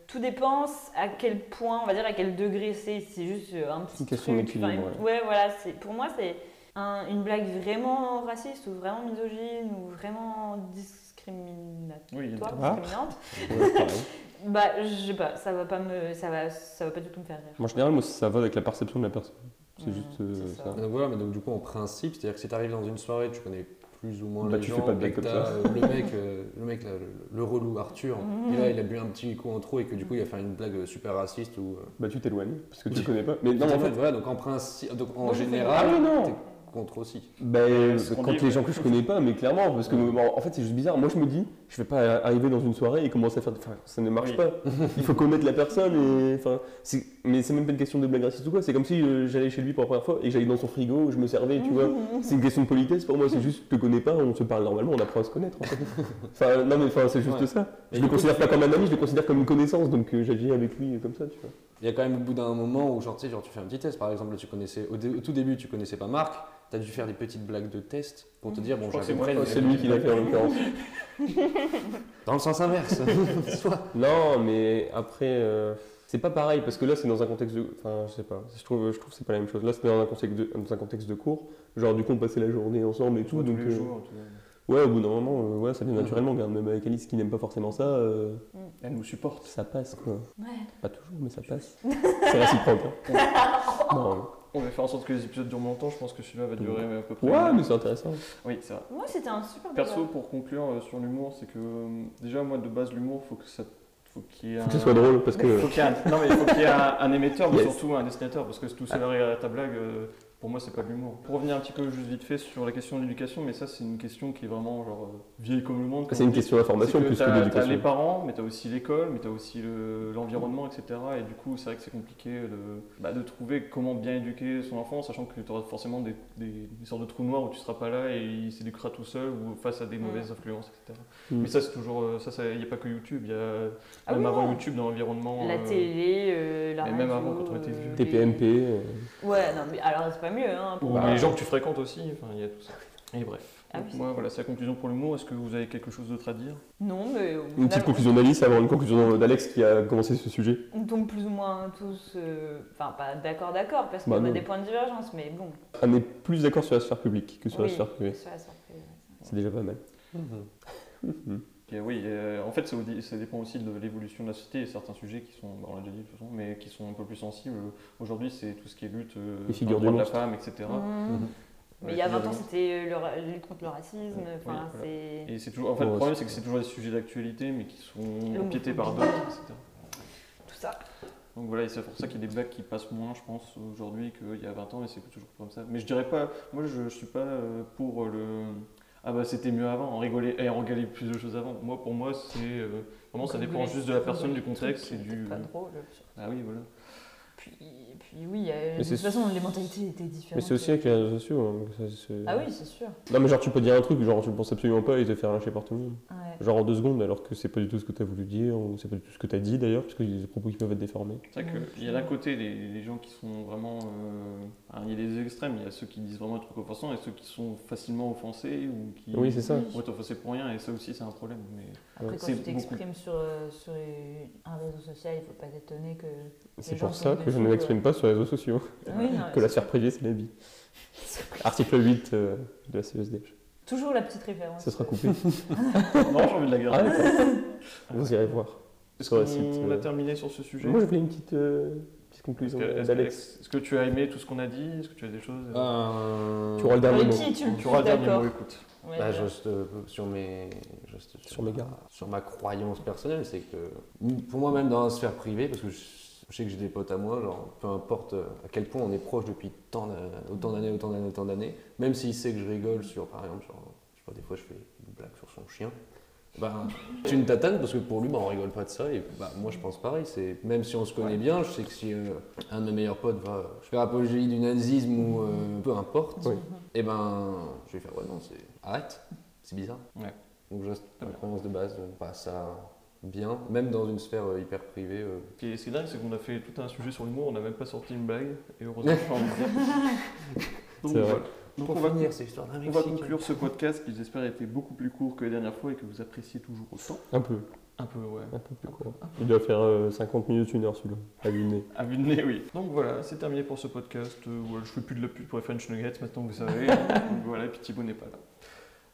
Speaker 5: Tout dépend à quel point, on va dire, à quel degré c'est. C'est juste euh, un petit.
Speaker 2: C'est qu'à
Speaker 5: truc.
Speaker 2: son équilibre,
Speaker 5: enfin, une- Ouais, voilà, c'est- pour moi, c'est un- une blague vraiment raciste ou vraiment misogyne ou vraiment discriminatoire,
Speaker 1: Oui, il y a des-
Speaker 5: discriminante.
Speaker 2: Ouais, pareil.
Speaker 5: Bah, je sais pas, ça va pas me, ça va, ça va pas du tout me faire rire.
Speaker 2: en général, moi, ça va avec la perception de la personne. C'est
Speaker 5: Mmh,
Speaker 2: juste euh,
Speaker 5: c'est ça.
Speaker 2: ça.
Speaker 4: Donc voilà, mais donc du coup, en principe, c'est-à-dire que si t'arrives dans une soirée, tu connais plus ou moins
Speaker 2: Bah,
Speaker 4: les
Speaker 2: tu
Speaker 4: gens,
Speaker 2: fais pas de
Speaker 4: et que
Speaker 2: blague comme
Speaker 4: t'as,
Speaker 2: ça.
Speaker 4: euh, le mec, euh, le, mec là, le, le relou Arthur,
Speaker 1: Mmh.
Speaker 5: Mhm.
Speaker 4: et là, il a bu un petit coup en trop et que du coup, il a fait une blague super raciste ou. euh,
Speaker 2: Bah, tu t'éloignes, parce que tu le connais pas. Mais non,
Speaker 4: tu
Speaker 2: en
Speaker 4: vois,
Speaker 2: fait,
Speaker 4: voilà, donc en principe, donc en
Speaker 5: Moi, je fais des
Speaker 4: général,
Speaker 2: blagues. Ah, non, non.
Speaker 4: t'es contre aussi.
Speaker 2: Bah,
Speaker 1: ce qu'on
Speaker 2: quand
Speaker 1: dit,
Speaker 2: les
Speaker 1: ouais.
Speaker 2: gens que je connais pas, mais clairement, parce que bon, en fait c'est juste bizarre. Moi je me dis, je vais pas arriver dans une soirée et commencer à faire. Enfin, ça ne marche
Speaker 1: Oui.
Speaker 2: pas. Il faut connaître la personne et. Enfin, c'est- mais c'est même pas une question de blague raciste ou quoi. C'est comme si euh, j'allais chez lui pour la première fois et que j'allais dans son frigo, je me servais, tu vois. C'est une question de politesse pour moi, c'est juste je te connais pas, on se parle normalement, on apprend à se connaître. en fait. enfin, non mais enfin, c'est juste
Speaker 4: Ouais.
Speaker 2: ça.
Speaker 4: Et
Speaker 2: Je
Speaker 4: du
Speaker 2: le
Speaker 4: coup,
Speaker 2: considère pas comme un ami, je le considère comme une connaissance, donc euh, j'agis avec lui euh, comme ça, tu vois.
Speaker 4: Il y a quand même au bout d'un moment où genre, tu sais, genre, tu fais un petit test. Par exemple, là, tu connaissais, au, dé- au tout début, tu connaissais pas Marc, t'as dû faire des petites blagues de test pour te dire, bon,
Speaker 1: crois
Speaker 4: j'ai
Speaker 1: que c'est moi,
Speaker 4: compris,
Speaker 1: oh,
Speaker 4: mais-
Speaker 2: c'est lui qui l'a fait en l'occurrence.
Speaker 4: Dans le sens inverse, soit.
Speaker 2: Non, mais après, euh, c'est pas pareil parce que là, c'est dans un contexte de. Enfin, je sais pas. Je trouve, je trouve que c'est pas la même chose. Là, c'était dans un contexte de, dans un contexte de cours. Genre, du coup, on passait la journée ensemble et tout.
Speaker 1: Tous
Speaker 2: donc,
Speaker 1: les
Speaker 2: euh,
Speaker 1: jours, tout.
Speaker 2: ouais, au bout d'un moment, euh, ouais, ça vient naturellement. Regarde, même avec Alice qui n'aime pas forcément ça, euh,
Speaker 1: Elle nous supporte.
Speaker 2: ça passe quoi.
Speaker 5: Ouais.
Speaker 2: Pas toujours, mais ça passe. c'est réciproque. hein. Non,
Speaker 1: On va faire en sorte que les épisodes durent longtemps. Je pense que celui-là va durer à peu près.
Speaker 2: mais- Ouais,
Speaker 1: une
Speaker 2: mais
Speaker 1: heure.
Speaker 2: c'est intéressant.
Speaker 1: Oui, c'est vrai.
Speaker 5: Moi, c'était un super
Speaker 1: Perso,
Speaker 5: débat.
Speaker 1: pour conclure euh, sur l'humour, c'est que euh, déjà, moi, de base, l'humour, faut que ça, faut qu'il y ait un.
Speaker 2: Faut que ça soit drôle parce que.
Speaker 1: Faut qu'il y ait un- non, mais faut qu'il y ait un, un émetteur, mais
Speaker 2: Yes. Ah.
Speaker 1: surtout un destinateur, parce que tout seul à ta blague, euh, pour moi, c'est pas de l'humour. Pour revenir un petit peu juste vite fait sur la question de l'éducation, mais ça, c'est une question qui est vraiment genre euh, vieille comme le monde. comme
Speaker 2: Ah, C'est
Speaker 1: on
Speaker 2: une
Speaker 1: dit.
Speaker 2: question d'information
Speaker 1: C'est que
Speaker 2: plus que
Speaker 1: t'as- t'as les
Speaker 2: d'éducation.
Speaker 1: parents, mais t'as aussi l'école, mais t'as aussi le- l'environnement, etc. Et du coup, c'est vrai que c'est compliqué de, bah, de trouver comment bien éduquer son enfant, sachant que t'auras forcément des, des- des sortes de trous noirs où tu seras pas là et il s'éduquera tout seul ou face à des mauvaises influences, etc.
Speaker 2: Mm.
Speaker 1: Mais ça, c'est toujours. euh, Ça, il n'y a pas que YouTube, il y a
Speaker 5: Ah
Speaker 1: même
Speaker 5: oui,
Speaker 1: avant
Speaker 5: non.
Speaker 1: YouTube dans l'environnement.
Speaker 5: La
Speaker 1: euh,
Speaker 5: télé, euh, la
Speaker 1: mais
Speaker 5: radio.
Speaker 1: même avant, quand on était
Speaker 5: euh,
Speaker 1: vieux.
Speaker 5: les-
Speaker 2: TPMP. euh,
Speaker 5: Ouais, non, mais alors c'est pas mieux, hein.
Speaker 1: Ou
Speaker 5: pour-
Speaker 2: Bah.
Speaker 1: les gens que tu fréquentes aussi, enfin, il y a tout ça. Et bref.
Speaker 5: Ah
Speaker 1: Donc,
Speaker 5: oui,
Speaker 1: moi, voilà, c'est la conclusion pour l'humour. Est-ce que vous avez quelque chose d'autre à dire
Speaker 5: Non, mais. au
Speaker 2: Une
Speaker 5: final,
Speaker 2: petite conclusion d'Alice avant une conclusion d'Alex qui a commencé ce sujet.
Speaker 5: On tombe plus ou moins tous. euh, Enfin, pas d'accord, d'accord, parce qu'on
Speaker 2: Bah
Speaker 5: a
Speaker 2: non.
Speaker 5: des points de divergence, mais bon.
Speaker 2: On est plus d'accord sur la sphère publique que sur
Speaker 5: Oui,
Speaker 2: la sphère privée.
Speaker 5: sur la sphère privée, ouais.
Speaker 2: C'est déjà pas mal.
Speaker 1: Et oui, euh, en fait, ça, au- ça dépend aussi de l'évolution de la société. et certains sujets qui sont, bah, on l'a déjà dit de toute façon, mais qui sont un peu plus sensibles. Aujourd'hui, c'est tout ce qui est lutte, euh,
Speaker 2: Les figures
Speaker 1: pour le
Speaker 2: de
Speaker 1: droit de la
Speaker 2: monstres.
Speaker 1: femme, etc.
Speaker 5: Mmh. Mais
Speaker 1: Ouais,
Speaker 5: il y a
Speaker 1: figures
Speaker 5: 20
Speaker 1: de
Speaker 5: ans,
Speaker 1: monstres.
Speaker 5: c'était euh, le ra- la lutte contre le racisme. Enfin,
Speaker 1: voilà.
Speaker 5: c'est.
Speaker 1: Et c'est toujours, en fait,
Speaker 2: Ouais,
Speaker 1: le problème,
Speaker 2: c'est-
Speaker 1: c'est que c'est toujours des sujets d'actualité, mais qui sont
Speaker 5: L'homophobie.
Speaker 1: empiétés par d'autres, etc.
Speaker 5: Tout ça.
Speaker 1: Donc voilà, et c'est pour ça qu'il y a des blagues qui passent moins, je pense, aujourd'hui qu'il y a 20 ans, et c'est toujours comme ça. Mais je dirais pas, moi, je, je suis pas euh, pour le. Ah bah c'était mieux avant, on rigolait, et on rigolait plus de choses avant. Moi, pour moi, c'est euh, vraiment, ça dépend juste de la personne, du contexte et du.
Speaker 5: Pas drôle, surtout.
Speaker 1: Ah oui, voilà.
Speaker 5: Puis, puis oui, euh, de
Speaker 2: c'est
Speaker 5: toute façon, les mentalités étaient différentes.
Speaker 2: Mais c'est aussi avec les réseaux sociaux. hein, que ça se-
Speaker 5: Ah oui, c'est sûr.
Speaker 2: Non, mais genre, tu peux dire un truc, genre, tu le penses absolument pas et te faire lyncher par tout le monde.
Speaker 5: Ouais.
Speaker 2: Genre en deux secondes, alors que c'est pas du tout ce que t'as voulu dire, ou c'est pas du tout ce que t'as dit d'ailleurs, parce qu'il y a des propos qui peuvent être déformés.
Speaker 1: C'est vrai
Speaker 5: Ouais,
Speaker 1: qu'il y a d'un côté les, les gens qui sont vraiment euh, Alors, il y a des extrêmes, il y a ceux qui disent vraiment des trucs offensants et ceux qui sont facilement offensés ou qui
Speaker 2: Oui, c'est ça.
Speaker 1: vont être offensés pour rien, et ça aussi c'est un problème. Mais...
Speaker 5: Après, quand
Speaker 1: C'est
Speaker 5: tu t'exprimes sur, euh, sur euh, un réseau social, il faut pas t'étonner que.
Speaker 2: C'est
Speaker 5: les gens
Speaker 2: pour
Speaker 5: sont
Speaker 2: ça que
Speaker 5: devenus
Speaker 2: je ne
Speaker 5: fous,
Speaker 2: m'exprime pas sur les réseaux sociaux.
Speaker 5: euh, oui, non,
Speaker 2: Que la
Speaker 5: c'est-
Speaker 2: sphère privée, c'est la vie. Article 8 euh, de la CESDH.
Speaker 5: Toujours la petite référence.
Speaker 2: Ça sera coupé.
Speaker 1: non, j'ai envie de la
Speaker 2: Ah,
Speaker 1: garder.
Speaker 2: d'accord. Vous irez voir.
Speaker 1: Est-ce
Speaker 2: sur
Speaker 1: qu'on
Speaker 2: la site,
Speaker 1: a
Speaker 2: euh,
Speaker 1: terminé sur ce sujet
Speaker 2: Moi, je voulais une petite, euh, petite
Speaker 1: Est-ce
Speaker 2: conclusion
Speaker 1: que, est-ce que-
Speaker 2: d'Alex.
Speaker 1: est-ce que tu as aimé tout ce qu'on a dit Est-ce que tu as des choses
Speaker 4: Euh,
Speaker 2: Tu auras le dernier
Speaker 3: Avec
Speaker 2: mot.
Speaker 3: qui Ah, tu le
Speaker 1: Tu
Speaker 3: trouves
Speaker 1: auras le dernier
Speaker 3: d'accord
Speaker 1: mot, écoute.
Speaker 3: Ouais,
Speaker 4: Bah,
Speaker 3: bien.
Speaker 4: juste, euh, sur mes, juste
Speaker 2: Sur mes
Speaker 4: ma-
Speaker 2: gardes.
Speaker 4: Ah, sur ma croyance personnelle, c'est que pour moi même dans la sphère privée, parce que je, je sais que j'ai des potes à moi, genre peu importe euh, à quel point on est proche depuis tant d'a- autant d'années, autant d'années, autant d'années, même s'il sait que je rigole sur, par exemple, genre, je sais pas, des fois je fais une blague sur son chien. Ben, c'est une tatane parce que pour lui, bah, on rigole pas de ça. Et bah, moi, je pense pareil. C'est même si on se connaît bien, je sais que si euh, un de mes meilleurs potes va faire apologie du nazisme ou euh, peu importe,
Speaker 2: Oui.
Speaker 4: et ben, je vais faire ouais non, c'est arrête, c'est bizarre.
Speaker 1: Ouais.
Speaker 4: Donc je reste
Speaker 1: Ouais.
Speaker 4: ma croyance de base, euh, pas ça bien, même dans une sphère euh, hyper privée. euh.
Speaker 1: Et ce qui est dingue, c'est qu'on a fait tout un sujet sur l'humour, on n'a même pas sorti une blague, et heureusement que je suis en retard. Donc,
Speaker 2: C'est vrai.
Speaker 1: voilà. Donc, on va,
Speaker 4: c'est l'histoire d'un
Speaker 1: on va conclure ce podcast qui, j'espère, a été beaucoup plus court que la dernière fois et que vous appréciez toujours autant.
Speaker 2: Un peu,
Speaker 1: Un peu, ouais.
Speaker 2: un peu plus court. Il doit faire euh, 50 minutes, une heure celui-là, à vue de nez.
Speaker 1: À vue de nez, oui. Donc voilà, c'est terminé pour ce podcast. Euh, voilà, je fais plus de la pub pour les French Nuggets, maintenant vous savez. Donc voilà, et puis Thibaut n'est pas là.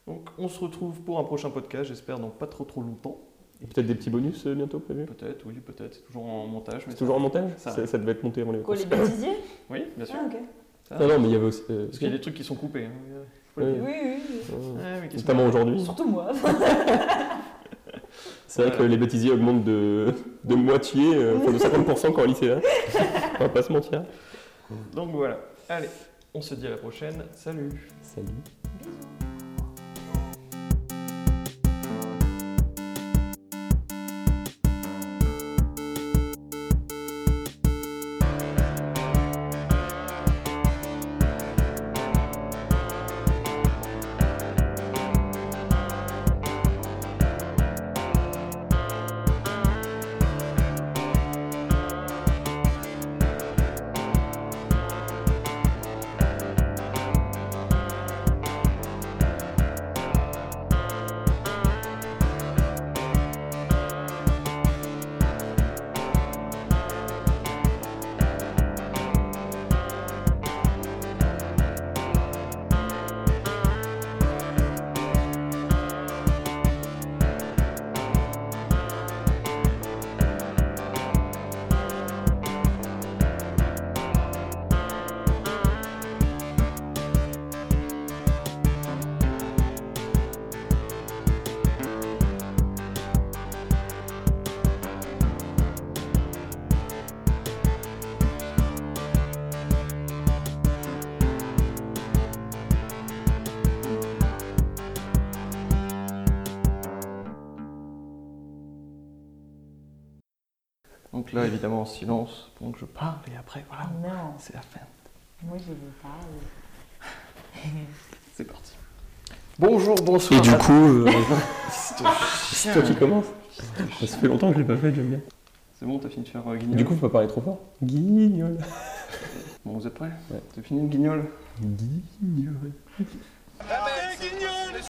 Speaker 1: Donc on se retrouve pour un prochain podcast, j'espère dans pas trop trop longtemps.
Speaker 2: Et peut-être des petits bonus euh, bientôt prévus
Speaker 1: Peut-être, oui, peut-être. C'est toujours en montage. Mais
Speaker 2: C'est toujours en montage
Speaker 1: Ça.
Speaker 2: ça, ça devait être monté avant les
Speaker 3: Quoi,
Speaker 2: vacances.
Speaker 3: les bêtisiers
Speaker 1: Oui, bien sûr.
Speaker 3: Ah, ok.
Speaker 2: Non, non, mais il y avait aussi. euh,
Speaker 1: Parce qu'il y a des trucs qui sont coupés. hein. Faut le
Speaker 2: Ouais.
Speaker 1: dire.
Speaker 3: Oui, oui, oui.
Speaker 2: euh,
Speaker 1: Ouais, mais qu'est-ce
Speaker 2: Notamment aujourd'hui.
Speaker 3: Surtout moi.
Speaker 2: C'est vrai que les bêtisiers augmentent de, de moitié, euh, enfin de 50% quand on lycée là. On va pas se mentir.
Speaker 1: que- Donc voilà. Allez, on se dit à la prochaine. Salut.
Speaker 2: Salut.
Speaker 1: Donc là, évidemment, en silence, pendant que je parle, et après, voilà,
Speaker 3: non,
Speaker 1: c'est la fin.
Speaker 3: moi je vous parle.
Speaker 1: C'est parti. Bonjour, bonsoir. Ah, à-
Speaker 2: coup, euh,
Speaker 1: Chien.
Speaker 2: c'est toi qui commence. Ça fait longtemps que je l'ai pas fait, j'aime bien.
Speaker 1: C'est bon, t'as fini de faire euh, guignol
Speaker 2: Du coup, faut pas parler trop fort. Guignol.
Speaker 1: Bon, vous êtes prêts
Speaker 2: Ouais.
Speaker 1: T'as fini le guignol
Speaker 2: Guignol.
Speaker 7: Guignol